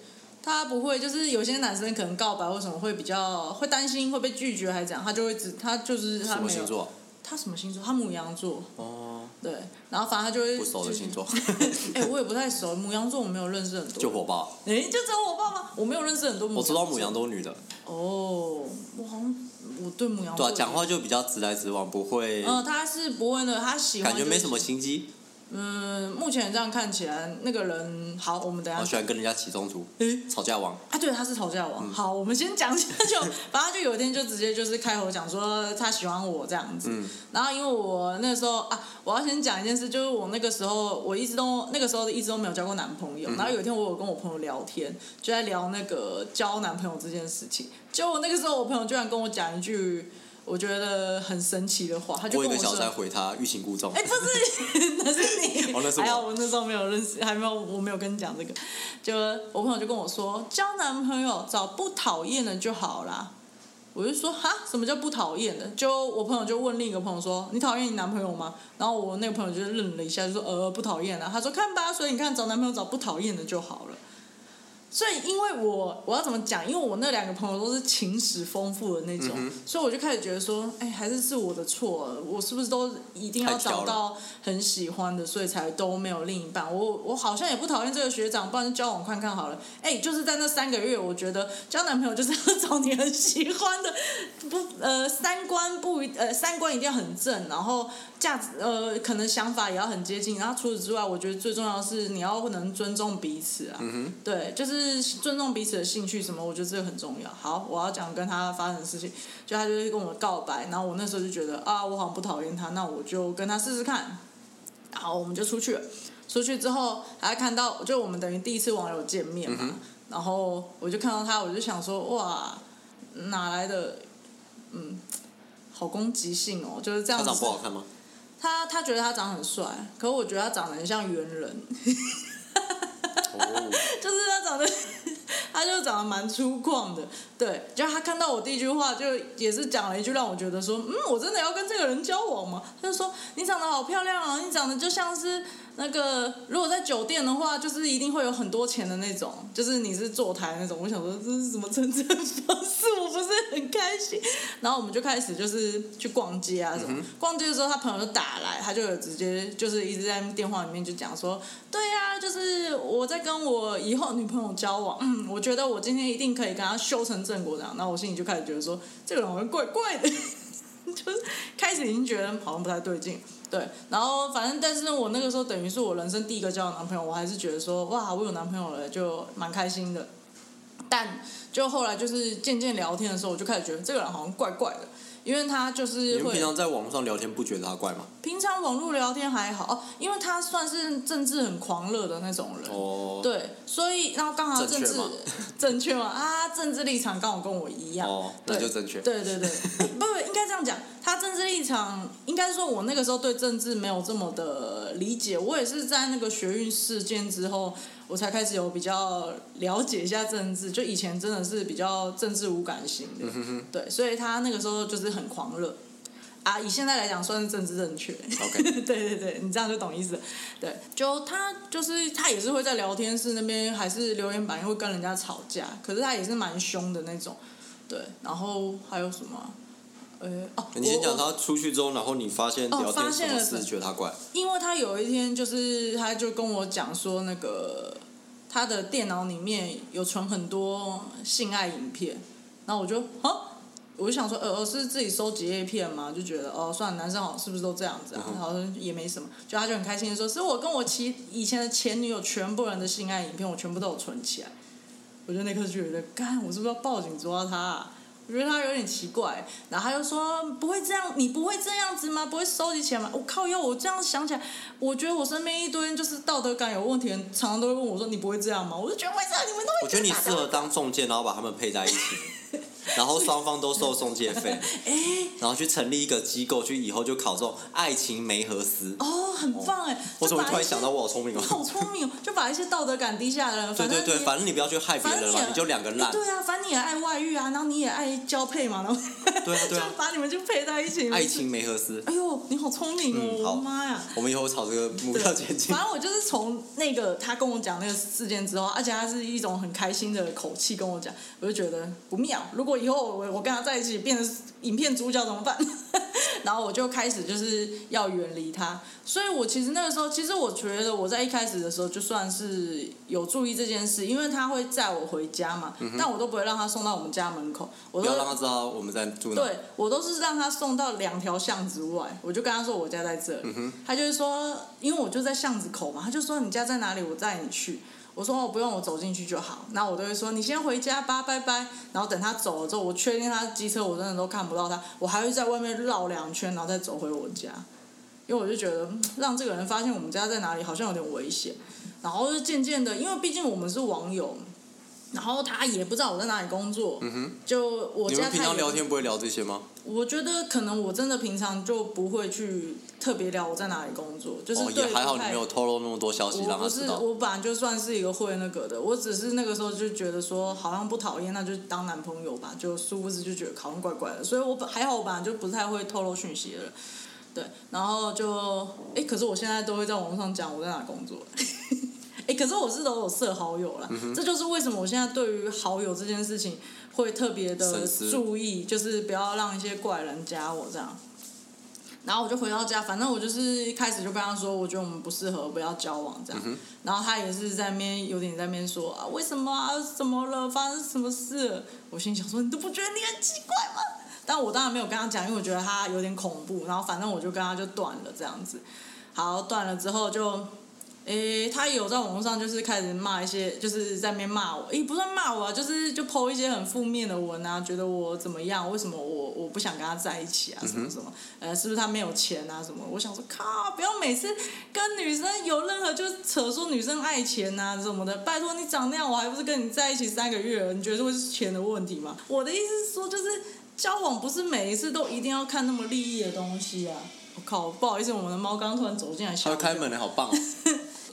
Speaker 1: 他不会，就是有些男生可能告白或什么会比较会担心会被拒绝还是怎样，他就会只他就是他
Speaker 4: 什么
Speaker 1: 没有
Speaker 4: 星座？
Speaker 1: 他什么星座？他母羊座。
Speaker 4: 哦，
Speaker 1: 对，然后反正他就会
Speaker 4: 不熟的星座
Speaker 1: [laughs] 哎、我也不太熟，母羊座我没有认识很多。
Speaker 4: [laughs] 就火爆。
Speaker 1: 哎、就只有我爸妈，我没有认识很多母
Speaker 4: 我
Speaker 1: 羊
Speaker 4: 知
Speaker 1: 座。
Speaker 4: 道母羊都是女的，
Speaker 1: 哦，我好像我对母羊
Speaker 4: 对
Speaker 1: 座
Speaker 4: 啊，讲话就比较直来直往，不会
Speaker 1: 嗯、他是不会的，他喜欢
Speaker 4: 感觉没
Speaker 1: 就是
Speaker 4: 什么心机，
Speaker 1: 嗯、目前这样看起来，那个人好，我们等一
Speaker 4: 我
Speaker 1: 下
Speaker 4: 喜欢跟人家起冲突，
Speaker 1: 诶
Speaker 4: 吵架王。
Speaker 1: 啊，对，他是吵架王。
Speaker 4: 嗯
Speaker 1: 好，我们先讲下
Speaker 4: [laughs]
Speaker 1: 就，反正他就有一天就直接就是开口讲说他喜欢我这样子。
Speaker 4: 嗯
Speaker 1: 然后因为我那时候啊，我要先讲一件事，就是我那个时候我一直都那个时候一直都没有交过男朋友。
Speaker 4: 嗯
Speaker 1: 然后有一天我有跟我朋友聊天，就在聊那个交男朋友这件事情。结果那个时候我朋友居然跟我讲一句我觉得很神奇的话，他就
Speaker 4: 我
Speaker 1: 跟
Speaker 4: 有一
Speaker 1: 我
Speaker 4: 个小
Speaker 1: 说
Speaker 4: 时。在回他欲擒故纵
Speaker 1: 哎、，不是， [laughs] 那是你。
Speaker 4: 哦那是我
Speaker 1: 还好我那时候没有认识，还没有，我没有跟你讲这个。就我朋友就跟我说，交男朋友找不讨厌的就好啦。我就说哈，什么叫不讨厌的？就我朋友就问另一个朋友说，你讨厌你男朋友吗？然后我那个朋友就愣了一下，就说呃不讨厌啊。他说看吧，所以你看找男朋友找不讨厌的就好了。所以，因为我我要怎么讲？因为我那两个朋友都是情史丰富的那种，
Speaker 4: 嗯
Speaker 1: 所以我就开始觉得说，哎，还是是我的错，我是不是都一定要
Speaker 4: 太挑
Speaker 1: 找
Speaker 4: 了
Speaker 1: 到很喜欢的，所以才都没有另一半？我我好像也不讨厌这个学长，不然就交往看看好了。哎，就是在那三个月，我觉得交男朋友就是要找你很喜欢的，不呃三观不一呃三观一定要很正，然后价值呃可能想法也要很接近，然后除此之外，我觉得最重要的是你要能尊重彼此啊，对，就是尊重彼此的兴趣什么，我觉得这个很重要。好，我要讲跟他发生的事情，就他就是跟我告白，然后我那时候就觉得啊，我好像不讨厌他，那我就跟他试试看，然后我们就出去了。出去之后，还看到就我们等于第一次网友见面
Speaker 4: 嗯
Speaker 1: 嘛，然后我就看到他，我就想说哇，哪来的嗯，好攻击性哦，就是这样
Speaker 4: 他
Speaker 1: 子。
Speaker 4: 长不好看吗？
Speaker 1: 他他觉得他长得很帅，可我觉得他长得很像猿人，
Speaker 4: 哦，
Speaker 1: [laughs] 就是他长得，他就长得蛮粗犷的。对，就他看到我第一句话，就也是讲了一句让我觉得说，嗯，我真的要跟这个人交往吗？他就说你长得好漂亮哦，你长得就像是那个，如果在酒店的话，就是一定会有很多钱的那种，就是你是坐台那种。我想说这是什么称赞方式，我不是很开心。然后我们就开始就是去逛街啊什么。逛街的时候，他朋友就打来，他就有直接就是一直在电话里面就讲说，对呀、就是我在跟我以后女朋友交往，嗯，我觉得我今天一定可以跟她修成正果这样。然后我心里就开始觉得说，这个人好像怪怪的。 [laughs] 就是开始已经觉得好像不太对劲，对，然后反正但是我那个时候等于是我人生第一个交的男朋友，我还是觉得说哇，我有男朋友了，就蛮开心的。但就后来就是渐渐聊天的时候，我就开始觉得这个人好像怪怪的，因为他就是
Speaker 4: 你们
Speaker 1: 会
Speaker 4: 平常在网上聊天不觉得他怪吗？
Speaker 1: 平常网络聊天还好，哦，因为他算是政治很狂热的那种人。
Speaker 4: 哦，
Speaker 1: 对，所以然后刚好
Speaker 4: 正
Speaker 1: 政
Speaker 4: 确
Speaker 1: 治
Speaker 4: 吗
Speaker 1: [laughs] 正确嘛啊，政治立场刚好跟我一样，
Speaker 4: 哦那
Speaker 1: 对
Speaker 4: 就正确
Speaker 1: 对对对，不不应该这样讲，他政治立场应该说，我那个时候对政治没有这么的理解，我也是在那个学运事件之后，我才开始有比较了解一下政治，就以前真的是比较政治无感型
Speaker 4: 嗯
Speaker 1: 的，对，所以他那个时候就是很狂热。啊，以现在来讲算是政治正确。
Speaker 4: OK
Speaker 1: [laughs] 对对对，你这样就懂意思了。对，就他就是他也是会在聊天室那边还是留言板会跟人家吵架，可是他也是蛮凶的那种。对，然后还有什么啊？呃，哦，
Speaker 4: 你先
Speaker 1: 我
Speaker 4: 讲
Speaker 1: 我
Speaker 4: 他出去之后，然后你发现聊
Speaker 1: 哦发
Speaker 4: 天什
Speaker 1: 现
Speaker 4: 么
Speaker 1: 了
Speaker 4: 事觉得他怪，
Speaker 1: 因为他有一天就是他就跟我讲说，那个他的电脑里面有存很多性爱影片，然后我就啊，我就想说，呃，是自己收集 A 片嘛，就觉得哦，算了，男生好像是不是都这样子
Speaker 4: 嗯
Speaker 1: 啊？好像也没什么，就他就很开心的说，是我跟我其以前的前女友全部人的性爱影片，我全部都有存起来。我就那刻就觉得，干，我是不是要报警抓他、啊？我觉得他有点奇怪，然后他就说不会这样，你不会这样子吗？不会收集起来吗？我、靠要我这样想起来，我觉得我身边一堆就是道德感有问题的人，常常都会问我说你不会这样吗？我就觉得为什么你们都会？
Speaker 4: 我觉得你
Speaker 1: 啊
Speaker 4: 适合当中介，然后把他们
Speaker 1: [laughs]
Speaker 4: 配在一起，然后双方都收中介费，然后去成立一个机构，去以后就考中爱情媒合司。
Speaker 1: 哦，很棒哎！
Speaker 4: 我怎么
Speaker 1: 就把
Speaker 4: 突然
Speaker 1: 一些
Speaker 4: 想到我好聪明
Speaker 1: 你 [laughs] 好
Speaker 4: 哦？
Speaker 1: 聪明哦，就把一些道德感低下的人，
Speaker 4: 对对对，
Speaker 1: 你
Speaker 4: 反正你不要去害别
Speaker 1: 反正
Speaker 4: 人
Speaker 1: 你也
Speaker 4: 嘛，你就两个烂，
Speaker 1: 对啊，反正你也爱外遇啊，然后你也爱交配嘛，然后
Speaker 4: 对啊对
Speaker 1: [laughs]
Speaker 4: 啊
Speaker 1: 就把你们就配在一起。
Speaker 4: 爱情媒合司。
Speaker 1: 哎呦，你好聪明哦！
Speaker 4: 嗯
Speaker 1: 我
Speaker 4: 好
Speaker 1: 的妈呀！
Speaker 4: 我们以后朝这个目标前进
Speaker 1: 反。正我就是从那个他跟我讲那个事件之后，而且他是一种很开心的口气跟我讲，我就觉得不妙。如果以后我我跟他在一起变成影片主角怎么办？ [laughs] 然后我就开始就是要远离他。所以我其实那个时候，其实我觉得我在一开始的时候就算是有注意这件事，因为他会载我回家嘛，但我都不会让他送到我们家门口，我
Speaker 4: 嗯不
Speaker 1: 都
Speaker 4: 要让他知道我们在住哪。
Speaker 1: 对我都是让他送到两条巷子外，我就跟他说我家在这里，
Speaker 4: 嗯
Speaker 1: 他就是说，因为我就在巷子口嘛，他就说你家在哪里，我载你去。我说哦，不用，我走进去就好。那我都会说你先回家吧，拜拜。然后等他走了之后，我确定他机车我真的都看不到他，我还会在外面绕两圈，然后再走回我家。因为我就觉得嗯让这个人发现我们家在哪里好像有点危险，然后就渐渐的，因为毕竟我们是网友，然后他也不知道我在哪里工作，就我
Speaker 4: 嗯你
Speaker 1: 家
Speaker 4: 们平
Speaker 1: 太
Speaker 4: 常
Speaker 1: 远
Speaker 4: 聊天不会聊这些吗？
Speaker 1: 我觉得可能我真的平常就不会去特别聊我在哪里工作，就是
Speaker 4: 哦，
Speaker 1: 对
Speaker 4: 也
Speaker 1: 不太、
Speaker 4: 还好你没有透露那么多消息
Speaker 1: 我
Speaker 4: 让
Speaker 1: 不
Speaker 4: 他
Speaker 1: 是
Speaker 4: 知道。
Speaker 1: 我本来就算是一个会那个的，我只是那个时候就觉得说好像不讨厌，那就当男朋友吧，就殊不知就觉得好像怪怪的，所以我本还好我本来就不太会透露讯息的人，对，然后就哎，可是我现在都会在网络上讲我在哪工 [laughs] 作。哎、可是我是都有设好友
Speaker 4: 嗯
Speaker 1: 啦，这就是为什么我现在对于好友这件事情会特别的
Speaker 4: 深思
Speaker 1: 注意，就是不要让一些怪人加我这样。然后我就回到家，反正我就是一开始就跟他说，我觉得我们不适合，不要交往这样。
Speaker 4: 嗯
Speaker 1: 然后他也是在那边有点在那边说啊，为什么啊，怎么了，发生什么事了？我心想说，你都不觉得你很奇怪吗？但我当然没有跟他讲，因为我觉得他有点恐怖。然后反正我就跟他就断了这样子。好，断了之后就诶、他也有在网络上就是开始骂一些，就是在那边骂我，诶、不算骂我啊，就是就 PO 一些很负面的文啊，觉得我怎么样，为什么我我不想跟他在一起啊，什么什么，呃，是不是他没有钱啊，什么？我想说，靠，不要每次跟女生有任何就扯说女生爱钱啊什么的，拜托你长那样，我还不是跟你在一起三个月了，你觉得会是钱的问题吗？我的意思是说，就是交往不是每一次都一定要看那么利益的东西啊。我靠，不好意思，我们的猫刚突然走进来，吓
Speaker 4: 他
Speaker 1: 我
Speaker 4: 会
Speaker 1: 一跳
Speaker 4: 开门的好棒哦！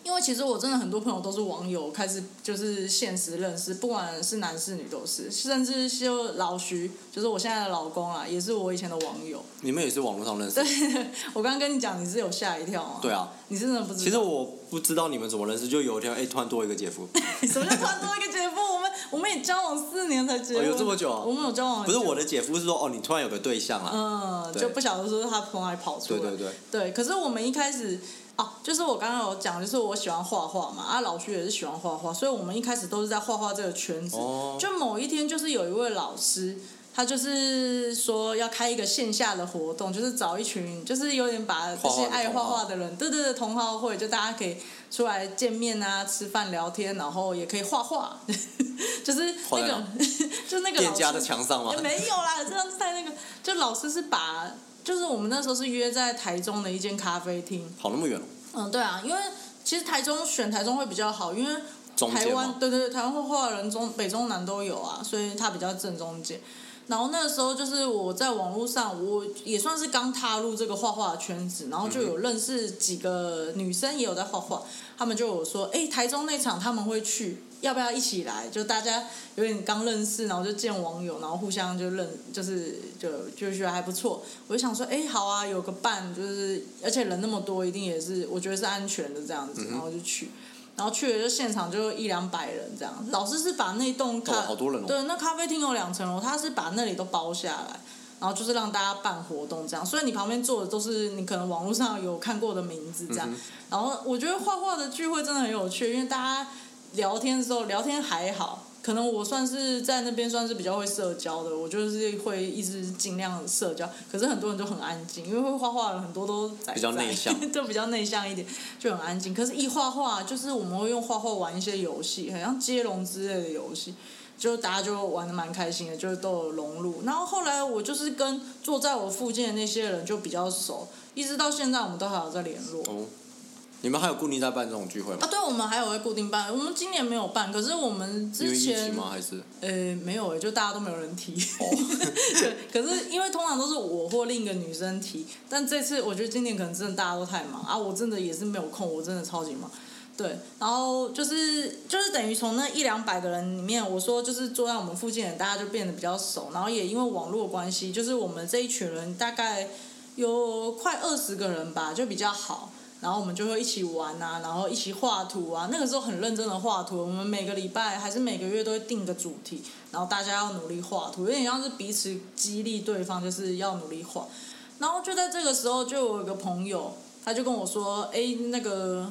Speaker 1: 因为其实我真的很多朋友都是网友，开始就是现实认识，不管是男是女都是，甚至就老徐，就是我现在的老公啊，也是我以前的网友。 [laughs]
Speaker 4: 你们也是网络上认识
Speaker 1: 对
Speaker 4: 的？，
Speaker 1: 我刚刚跟你讲，你是有吓一跳吗？
Speaker 4: 对，啊，
Speaker 1: 你是真的不知道。 [laughs]
Speaker 4: 其实我不知道你们怎么认识，就有一天哎，突然多一个姐夫，
Speaker 1: 什么叫突然多一个姐夫？我们我们也交往四年才结婚，
Speaker 4: 哦有这么久啊
Speaker 1: 我们有交往很
Speaker 4: 不
Speaker 1: 久
Speaker 4: 是我的姐夫是说哦，你突然有个对象啊，
Speaker 1: 嗯，
Speaker 4: 对
Speaker 1: 就不晓得说他从哪里跑出来。
Speaker 4: 对对对
Speaker 1: 可是我们一开始哦，就是我刚刚有讲，就是我喜欢画画嘛，啊，老徐也是喜欢画画，所以我们一开始都是在画画这个圈子。
Speaker 4: 哦
Speaker 1: 就某一天，就是有一位老师。他就是说要开一个线下的活动，就是找一群，就是有点把这些爱画画的
Speaker 4: 哦
Speaker 1: 人，对对对，同好会，就大家可以出来见面啊，吃饭聊天，然后也可以画画， [laughs] 就是
Speaker 4: 画
Speaker 1: 那
Speaker 4: 在
Speaker 1: 个
Speaker 4: 哪，
Speaker 1: [laughs] 就那个
Speaker 4: 店家
Speaker 1: 老
Speaker 4: 的
Speaker 1: 师
Speaker 4: 墙上啊吗
Speaker 1: 也？没有啦，这样在那个，就老师是把，就是我们那时候是约在台中的一间咖啡厅。
Speaker 4: 跑那么远哦，
Speaker 1: 嗯，对啊，因为其实台中选台中会比较好，因为
Speaker 4: 中
Speaker 1: 台
Speaker 4: 间
Speaker 1: 湾
Speaker 4: 嘛，哦
Speaker 1: 对啊对对，台湾绘画的人中北中南都有啊，所以它比较正中间。然后那时候就是我在网络上，我也算是刚踏入这个画画的圈子，然后就有认识几个女生也有在画画，她们就有说，哎、台中那场他们会去，要不要一起来？就大家有点刚认识，然后就见网友，然后互相就认，就是就就觉得还不错。我就想说，哎、好啊，有个伴，就是而且人那么多，一定也是我觉得是安全的这样
Speaker 4: 嗯
Speaker 1: 子，然后就去。然后去了就现场就一两百人这样，老师是把那栋咖、
Speaker 4: 哦好多人哦
Speaker 1: 对，那咖啡厅有两层楼，他是把那里都包下来，然后就是让大家办活动这样，所以你旁边坐的都是你可能网络上有看过的名字这
Speaker 4: 嗯
Speaker 1: 样。然后我觉得画画的聚会真的很有趣，因为大家聊天的时候聊天还好，可能我算是在那边算是比较会社交的，我就是会一直尽量社交，可是很多人就很安静，因为会画画的人很多都宅宅
Speaker 4: 比较内
Speaker 1: [laughs]
Speaker 4: 向
Speaker 1: 就比较内向一点，就很安静。可是，一画画就是我们会用画画玩一些游戏，很像接龙之类的游戏。就大家就玩的蛮开心的，就是都有融入。然后后来我就是跟坐在我附近的那些人就比较熟，一直到现在我们都还有在联络。
Speaker 4: 哦，你们还有固定在办这种聚会
Speaker 1: 啊，
Speaker 4: 吗？
Speaker 1: 对，我们还有会固定办，我们今年没有办，可是我们
Speaker 4: 因
Speaker 1: 之
Speaker 4: 为疫
Speaker 1: 前
Speaker 4: 情吗？还是
Speaker 1: 呃没有诶，就大家都没有人提。
Speaker 4: 哦，
Speaker 1: [laughs] 对，可是因为通常都是我或另一个女生提，但这次我觉得今年可能真的大家都太忙啊，我真的也是没有空，我真的超级忙。对，然后就是就是等于从那一两百个人里面，我说就是坐在我们附近的人，大家就变得比较熟，然后也因为网络的关系，就是我们这一群人大概有快二十个人吧，就比较好。然后我们就会一起玩啊，然后一起画图啊。那个时候很认真的画图，我们每个礼拜还是每个月都会定个主题，然后大家要努力画图，有点像是彼此激励对方，就是要努力画。然后就在这个时候，就有一个朋友，他就跟我说：“哎，那个，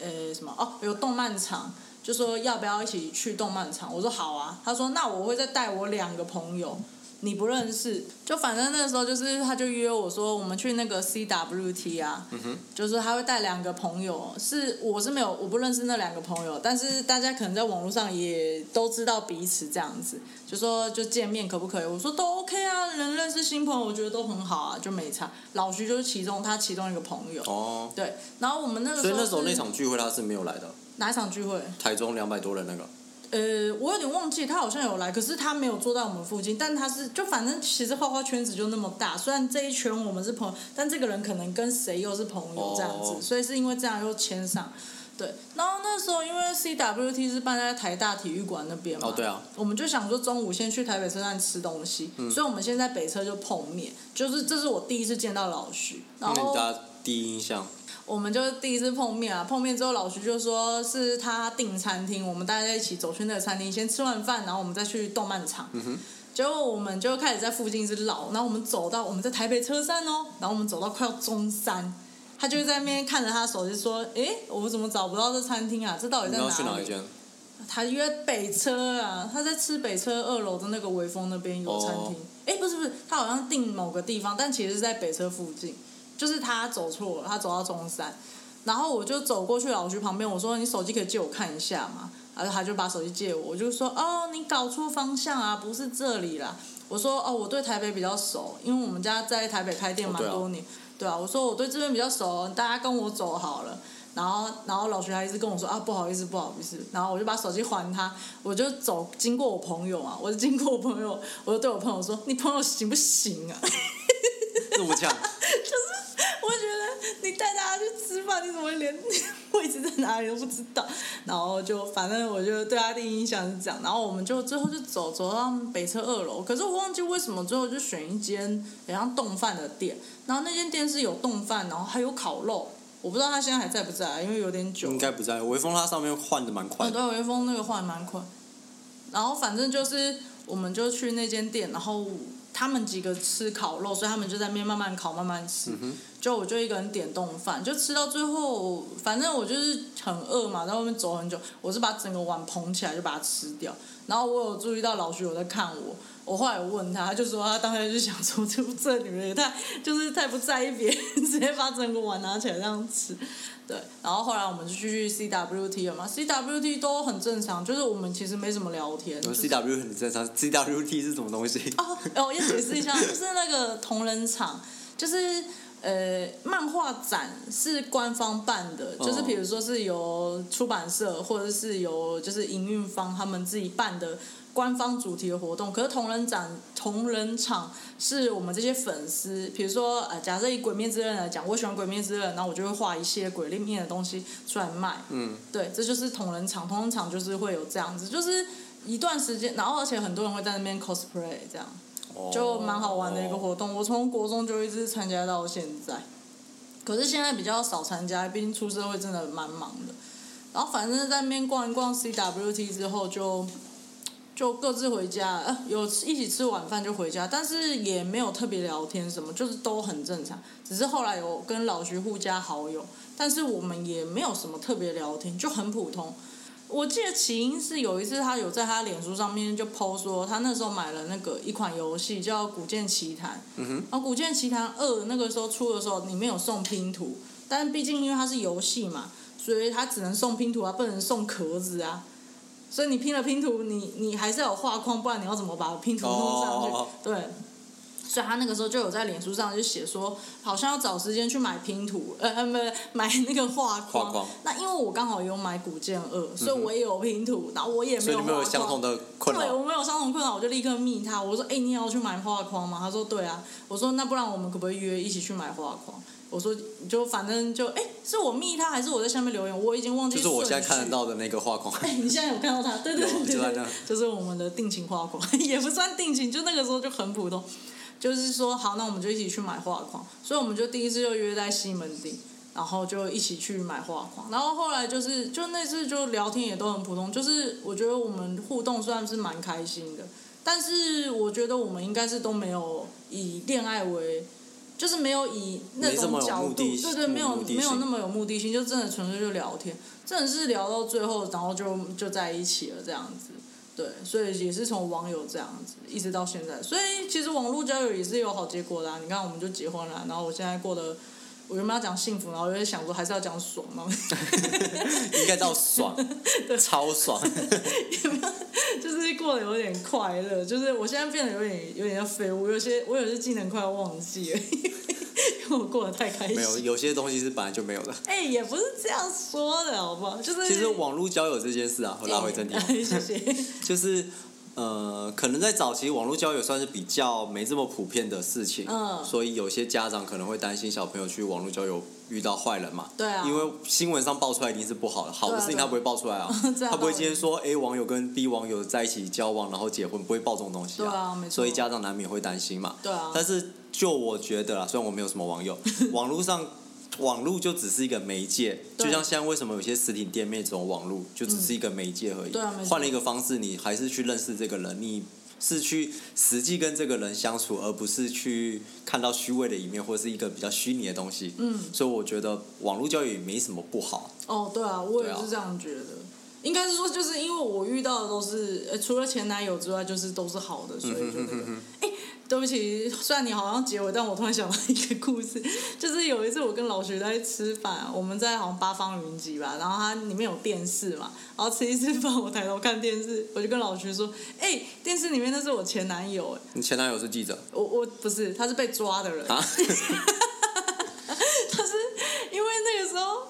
Speaker 1: 呃，什么？哦，有动漫场，就说要不要一起去动漫场？”我说：“好啊。”他说：“那我会再带我两个朋友。”你不认识，就反正那时候就是，他就约我说，我们去那个 CWT 啊，
Speaker 4: 嗯
Speaker 1: 就是他会带两个朋友，是我是没有我不认识那两个朋友，但是大家可能在网络上也都知道彼此这样子，就说就见面可不可以？我说都 OK 啊，能认识新朋友，我觉得都很好啊，就没差。老徐就是其中他其中一个朋友，
Speaker 4: 哦，
Speaker 1: 对，然后我们那个时候
Speaker 4: 所以那时候
Speaker 1: 是
Speaker 4: 那场聚会他是没有来的，
Speaker 1: 哪一场聚会？
Speaker 4: 台中两百多人那个，
Speaker 1: 呃，我有点忘记，他好像有来，可是他没有坐在我们附近，但他是就反正其实画画圈子就那么大，虽然这一圈我们是朋友，但这个人可能跟谁又是朋友这样子，
Speaker 4: 哦
Speaker 1: 所以是因为这样又牵上。对，然后那时候因为 CWT 是办在台大体育馆那边嘛，
Speaker 4: 哦对啊，
Speaker 1: 我们就想说中午先去台北车站吃东西，所以我们先在北车就碰面，就是这是我第一次见到老徐，然
Speaker 4: 那
Speaker 1: 后
Speaker 4: 嗯你大家第一印象
Speaker 1: 我们就第一次碰面啊，碰面之后老徐就说是他订餐厅，我们大家一起走去那个餐厅，先吃完饭，然后我们再去动漫场。
Speaker 4: 嗯
Speaker 1: 结果我们就开始在附近一直绕，然后我们走到我们在台北车站哦，然后我们走到快要中山，他就在那边看着他的手机说：“诶，我怎么找不到这餐厅啊？这到底
Speaker 4: 你
Speaker 1: 在
Speaker 4: 要去
Speaker 1: 哪
Speaker 4: 哪
Speaker 1: 里
Speaker 4: 一？”间？
Speaker 1: 他约北车啊，他在吃北车二楼的那个微风那边有餐厅
Speaker 4: 哦。
Speaker 1: 哎、不是不是，他好像订某个地方，但其实是在北车附近。就是他走错了，他走到中山，然后我就走过去老徐旁边，我说：“你手机可以借我看一下吗？”然后他就把手机借我，我就说：“哦，你搞错方向啊，不是这里啦。”我说：“哦，我对台北比较熟，因为我们家在台北开店
Speaker 4: 哦
Speaker 1: 蛮
Speaker 4: 对啊
Speaker 1: 多年，对啊，我说我对这边比较熟，大家跟我走好了。”然后，然后老徐还一直跟我说啊，不好意思，不好意思。然后我就把手机还他，我就走经过我朋友嘛，我就经过我朋友，我就对我朋友说：“你朋友行不行啊？” [laughs]
Speaker 4: 这么呛，
Speaker 1: 我觉得你带大家去吃饭，你怎么会连位置在哪里都不知道？然后就反正我就对他第一印象是这样，然后我们就最后就走走到北车二楼，可是我忘记为什么最后就选一间很像冻饭的店，然后那间店是有冻饭，然后还有烤肉，我不知道他现在还在不在，因为有点久了
Speaker 4: 应。该不在。微风它上面换的蛮快
Speaker 1: 哦，
Speaker 4: 的，
Speaker 1: 对，微风那个换蛮快。然后反正就是，我们就去那间店，然后他他们几个吃烤肉，所以他们就在那边慢慢烤，慢慢吃。就我就一个人点冻饭，就吃到最后，反正我就是很饿嘛，在外面走很久，我是把整个碗捧起来就把它吃掉。然后我有注意到老徐有在看我，我后来有问他，他就说他当时就想说，这这女人也太就是太不在意别人，直接把整个碗拿起来这样吃。 [laughs] 对，然后后来我们就去 CWT 了嘛，CWT 都很正常，就是我们其实没什么聊天。
Speaker 4: 我
Speaker 1: 就
Speaker 4: 们
Speaker 1: 是
Speaker 4: CW 很正常，CWT 是什么东西？
Speaker 1: 哦，哦，我要解释一下，就是那个同人场，就是呃，漫画展是官方办的，就是比如说是由出版社或者是由就是营运方他们自己办的官方主题的活动。可是同人展、同人场是我们这些粉丝，比如说呃，假设以《鬼灭之刃》来讲，我喜欢《鬼灭之刃》，然后我就会画一些鬼面的东西出来卖。嗯，对，这就是同人场，同人场就是会有这样子，就是。一段时间，然后而且很多人会在那边 cosplay 这样， [laughs] 就蛮好玩的一个活动。我从国中就一直参加到现在，可是现在比较少参加，毕竟出社会真的蛮忙的。然后反正在那边逛一逛 CWT 之后就，就各自回家，呃，有一起吃晚饭就回家，但是也没有特别聊天什么，就是都很正常。只是后来有跟老徐互加好友，但是我们也没有什么特别聊天，就很普通。我记得起因是有一次他有在他脸书上面就 PO 说，他那时候买了那个一款游戏叫《古剑奇谭》，嗯、然后《古剑奇谭二》那个时候出的时候里面有送拼图，但毕竟因为它是游戏嘛，所以它只能送拼图啊，不能送壳子啊。所以你拼了拼图，你你还是要有画框，不然你要怎么把拼图弄上去
Speaker 4: 哦
Speaker 1: 对，所以他那个时候就有在脸书上就写说，好像要找时间去买拼图，呃，呃不是买那个画框。
Speaker 4: 画框嗯
Speaker 1: 那因为我刚好有买古剑二，所以我也有拼图，然后我也没
Speaker 4: 所以
Speaker 1: 有
Speaker 4: 你
Speaker 1: 画
Speaker 4: 们
Speaker 1: 框。
Speaker 4: 有相同的困
Speaker 1: 对，
Speaker 4: 扰
Speaker 1: 我。没有相同困扰，我就立刻密他，我说：“哎、你也要去买画框吗？”他说：“对啊。”我说：“那不然我们可不可以约一起去买画框？”我说：“就反正就哎、是我密他还是我在下面留言？我已经忘记。”
Speaker 4: 就是我现在看得。到的那个画框，
Speaker 1: [laughs] 哎、你现在有看到他？对对
Speaker 4: 有
Speaker 1: 对
Speaker 4: 就在
Speaker 1: 对
Speaker 4: 那
Speaker 1: 就是我们的定情画框， [laughs] 也不算定情，就那个时候就很普通。就是说，好，那我们就一起去买画框，所以我们就第一次就约在西门町，然后就一起去买画框，然后后来就是就那次就聊天也都很普通，就是我觉得我们互动虽然是蛮开心的，但是我觉得我们应该是都没有以恋爱为。就是没有以那
Speaker 4: 没这么
Speaker 1: 种
Speaker 4: 有
Speaker 1: 角
Speaker 4: 目
Speaker 1: 度，
Speaker 4: 的
Speaker 1: 对对，没有
Speaker 4: 目的性
Speaker 1: 没有那么有目的性，就真的纯粹就聊天，真的是聊到最后，然后就就在一起了这样子。对，所以也是从网友这样子一直到现在，所以其实网络交友也是有好结果的、啊。你看，我们就结婚了，然后我现在过得，我原本要讲幸福，然后我就想说还是要讲爽嘛，
Speaker 4: 应该
Speaker 1: [laughs]
Speaker 4: 到爽，超爽。
Speaker 1: 就是过得有点快乐。就是我现在变得有点有点像废物，有些我有些技能快要忘记了，因为因为我过得太开
Speaker 4: 没有，
Speaker 1: 心。
Speaker 4: 有些东西是本来就没有的。
Speaker 1: 哎、也不是这样说的，好不好？就是
Speaker 4: 其实网络交友这件事啊，我拉回正题，
Speaker 1: 哎 [laughs] 谢谢。
Speaker 4: 就是呃，可能在早期网络交友算是比较没这么普遍的事情，
Speaker 1: 嗯
Speaker 4: 所以有些家长可能会担心小朋友去网络交友遇到坏人嘛，
Speaker 1: 对啊
Speaker 4: 因为新闻上爆出来一定是不好的，好
Speaker 1: 对
Speaker 4: 的
Speaker 1: 啊
Speaker 4: 事情他不会爆
Speaker 1: [laughs]
Speaker 4: 出来啊，
Speaker 1: 这样
Speaker 4: 他不会
Speaker 1: 道理
Speaker 4: 今天说 A 网友跟 B 网友在一起交往然后结婚，不会爆这种东西
Speaker 1: 对啊没错
Speaker 4: 所以家长难免会担心嘛，
Speaker 1: 对啊
Speaker 4: 但是就我觉得啊，虽然我没有什么
Speaker 1: [laughs]
Speaker 4: 网友，网络上。网络就只是一个媒介，就
Speaker 1: 对
Speaker 4: 像现在为什么有些实体店面走网络，就只是一个媒介而已。
Speaker 1: 对啊没错
Speaker 4: 换了一个方式，你还是去认识这个人，你是去实际跟这个人相处，而不是去看到虚伪的一面或是一个比较虚拟的东西。嗯，所以我觉得网络教育也没什么不好。
Speaker 1: 哦，对啊，我也
Speaker 4: 对啊
Speaker 1: 是这样觉得。应该是说，就是因为我遇到的都是，呃，除了前男友之外，就是都是好的，所以
Speaker 4: 嗯
Speaker 1: 就那个。哎、对不起，虽然你好像结尾，但我突然想到一个故事，就是有一次我跟老徐在吃饭，我们在好像八方云集吧，然后它里面有电视嘛，然后吃一吃饭，我抬头看电视，我就跟老徐说：“哎、电视里面那是我前男友、哎，
Speaker 4: 你前男友是记者
Speaker 1: 我我不是， [laughs] 他是被抓的人。
Speaker 4: 啊？
Speaker 1: 他是因为那个时候，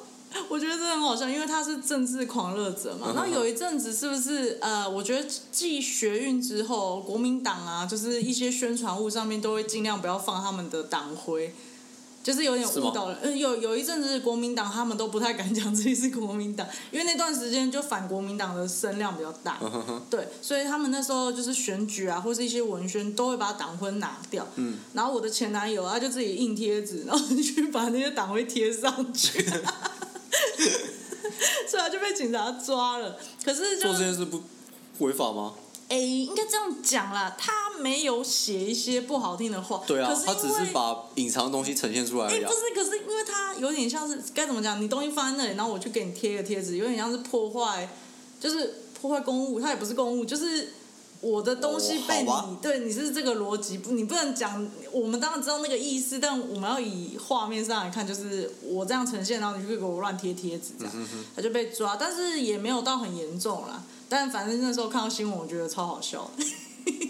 Speaker 1: 我觉得真的很好笑，因为他是政治狂热者
Speaker 4: 嗯
Speaker 1: 嘛。然后有一阵子是不是呃，我觉得继学运之后，国民党啊，就是一些宣传物上面都会尽量不要放他们的党徽。就是有点
Speaker 4: 是吗
Speaker 1: 误导人，嗯，有有一阵子国民党他们都不太敢讲自己是国民党，因为那段时间就反国民党的声量比较大，
Speaker 4: 嗯
Speaker 1: 对，所以他们那时候就是选举啊，或是一些文宣，都会把党徽拿掉。嗯，然后我的前男友他就自己印贴纸，然后去把那些党徽贴上
Speaker 4: [laughs]
Speaker 1: 去，所以他就被警察抓了。可是就
Speaker 4: 做这
Speaker 1: 是
Speaker 4: 件事不违法吗？
Speaker 1: 哎、应该这样讲啦，他没有写一些不好听的话，
Speaker 4: 对啊
Speaker 1: 可，是
Speaker 4: 他
Speaker 1: 因
Speaker 4: 只是
Speaker 1: 为
Speaker 4: 把隐藏的东西呈现出来而
Speaker 1: 哎、
Speaker 4: 已、啊
Speaker 1: 不。是，可是因为它有点像是该怎么讲，你东西放在那里，然后我去给你贴一个贴纸，有点像是破坏，就是破坏公物，它也不是公物，就是我的东西
Speaker 4: 哦
Speaker 1: 被你、
Speaker 4: 好吧
Speaker 1: 对，你是这个逻辑，不你不能讲，我们当然知道那个意思，但我们要以画面上来看，就是我这样呈现，然后你去给我乱贴贴纸，这
Speaker 4: 嗯
Speaker 1: 样、他就被抓，但是也没有到很严重啦。但反正那时候看到新闻，我觉得超好笑的。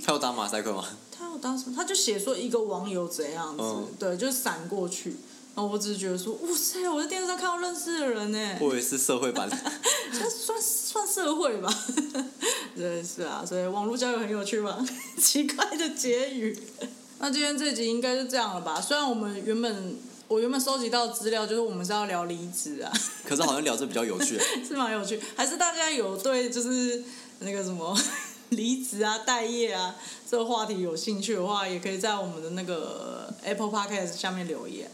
Speaker 4: 他有打马赛克吗？ [laughs]
Speaker 1: 他有当什么？他就写说一个网友怎样子，
Speaker 4: 嗯
Speaker 1: 对，就闪过去。然后我只是觉得说，哇塞，我在电视上看到认识的人呢，
Speaker 4: 我以为是社会版。
Speaker 1: 这算算社会吧？ [laughs] 对，是啊，所以网络交友很有趣吧？ [laughs] 奇怪的结语。 [laughs] 那今天这集应该就这样了吧？虽然我们原本我原本收集到资料，就是我们是要聊离职啊。
Speaker 4: 可是好像聊这比较有趣。
Speaker 1: [laughs] 是蛮有趣。还是大家有对就是那个什么 [laughs] 离职啊、待业啊这个话题有兴趣的话，也可以在我们的那个 Apple Podcast 下面留言，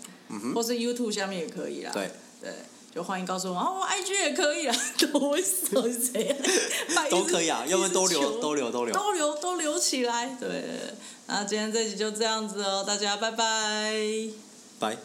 Speaker 1: 或是 YouTube 下面也可以啦。
Speaker 4: 嗯对
Speaker 1: 对。就欢迎告诉我们哦，IG 也可 [laughs] 以啦，抖音是
Speaker 4: [laughs]
Speaker 1: 谁？啊拜托
Speaker 4: 都可以啊
Speaker 1: 一直
Speaker 4: 要不然都留
Speaker 1: 一直求
Speaker 4: 都留都留
Speaker 1: 都留都留起来。对，那今天这集就这样子哦，大家拜拜。
Speaker 4: 拜。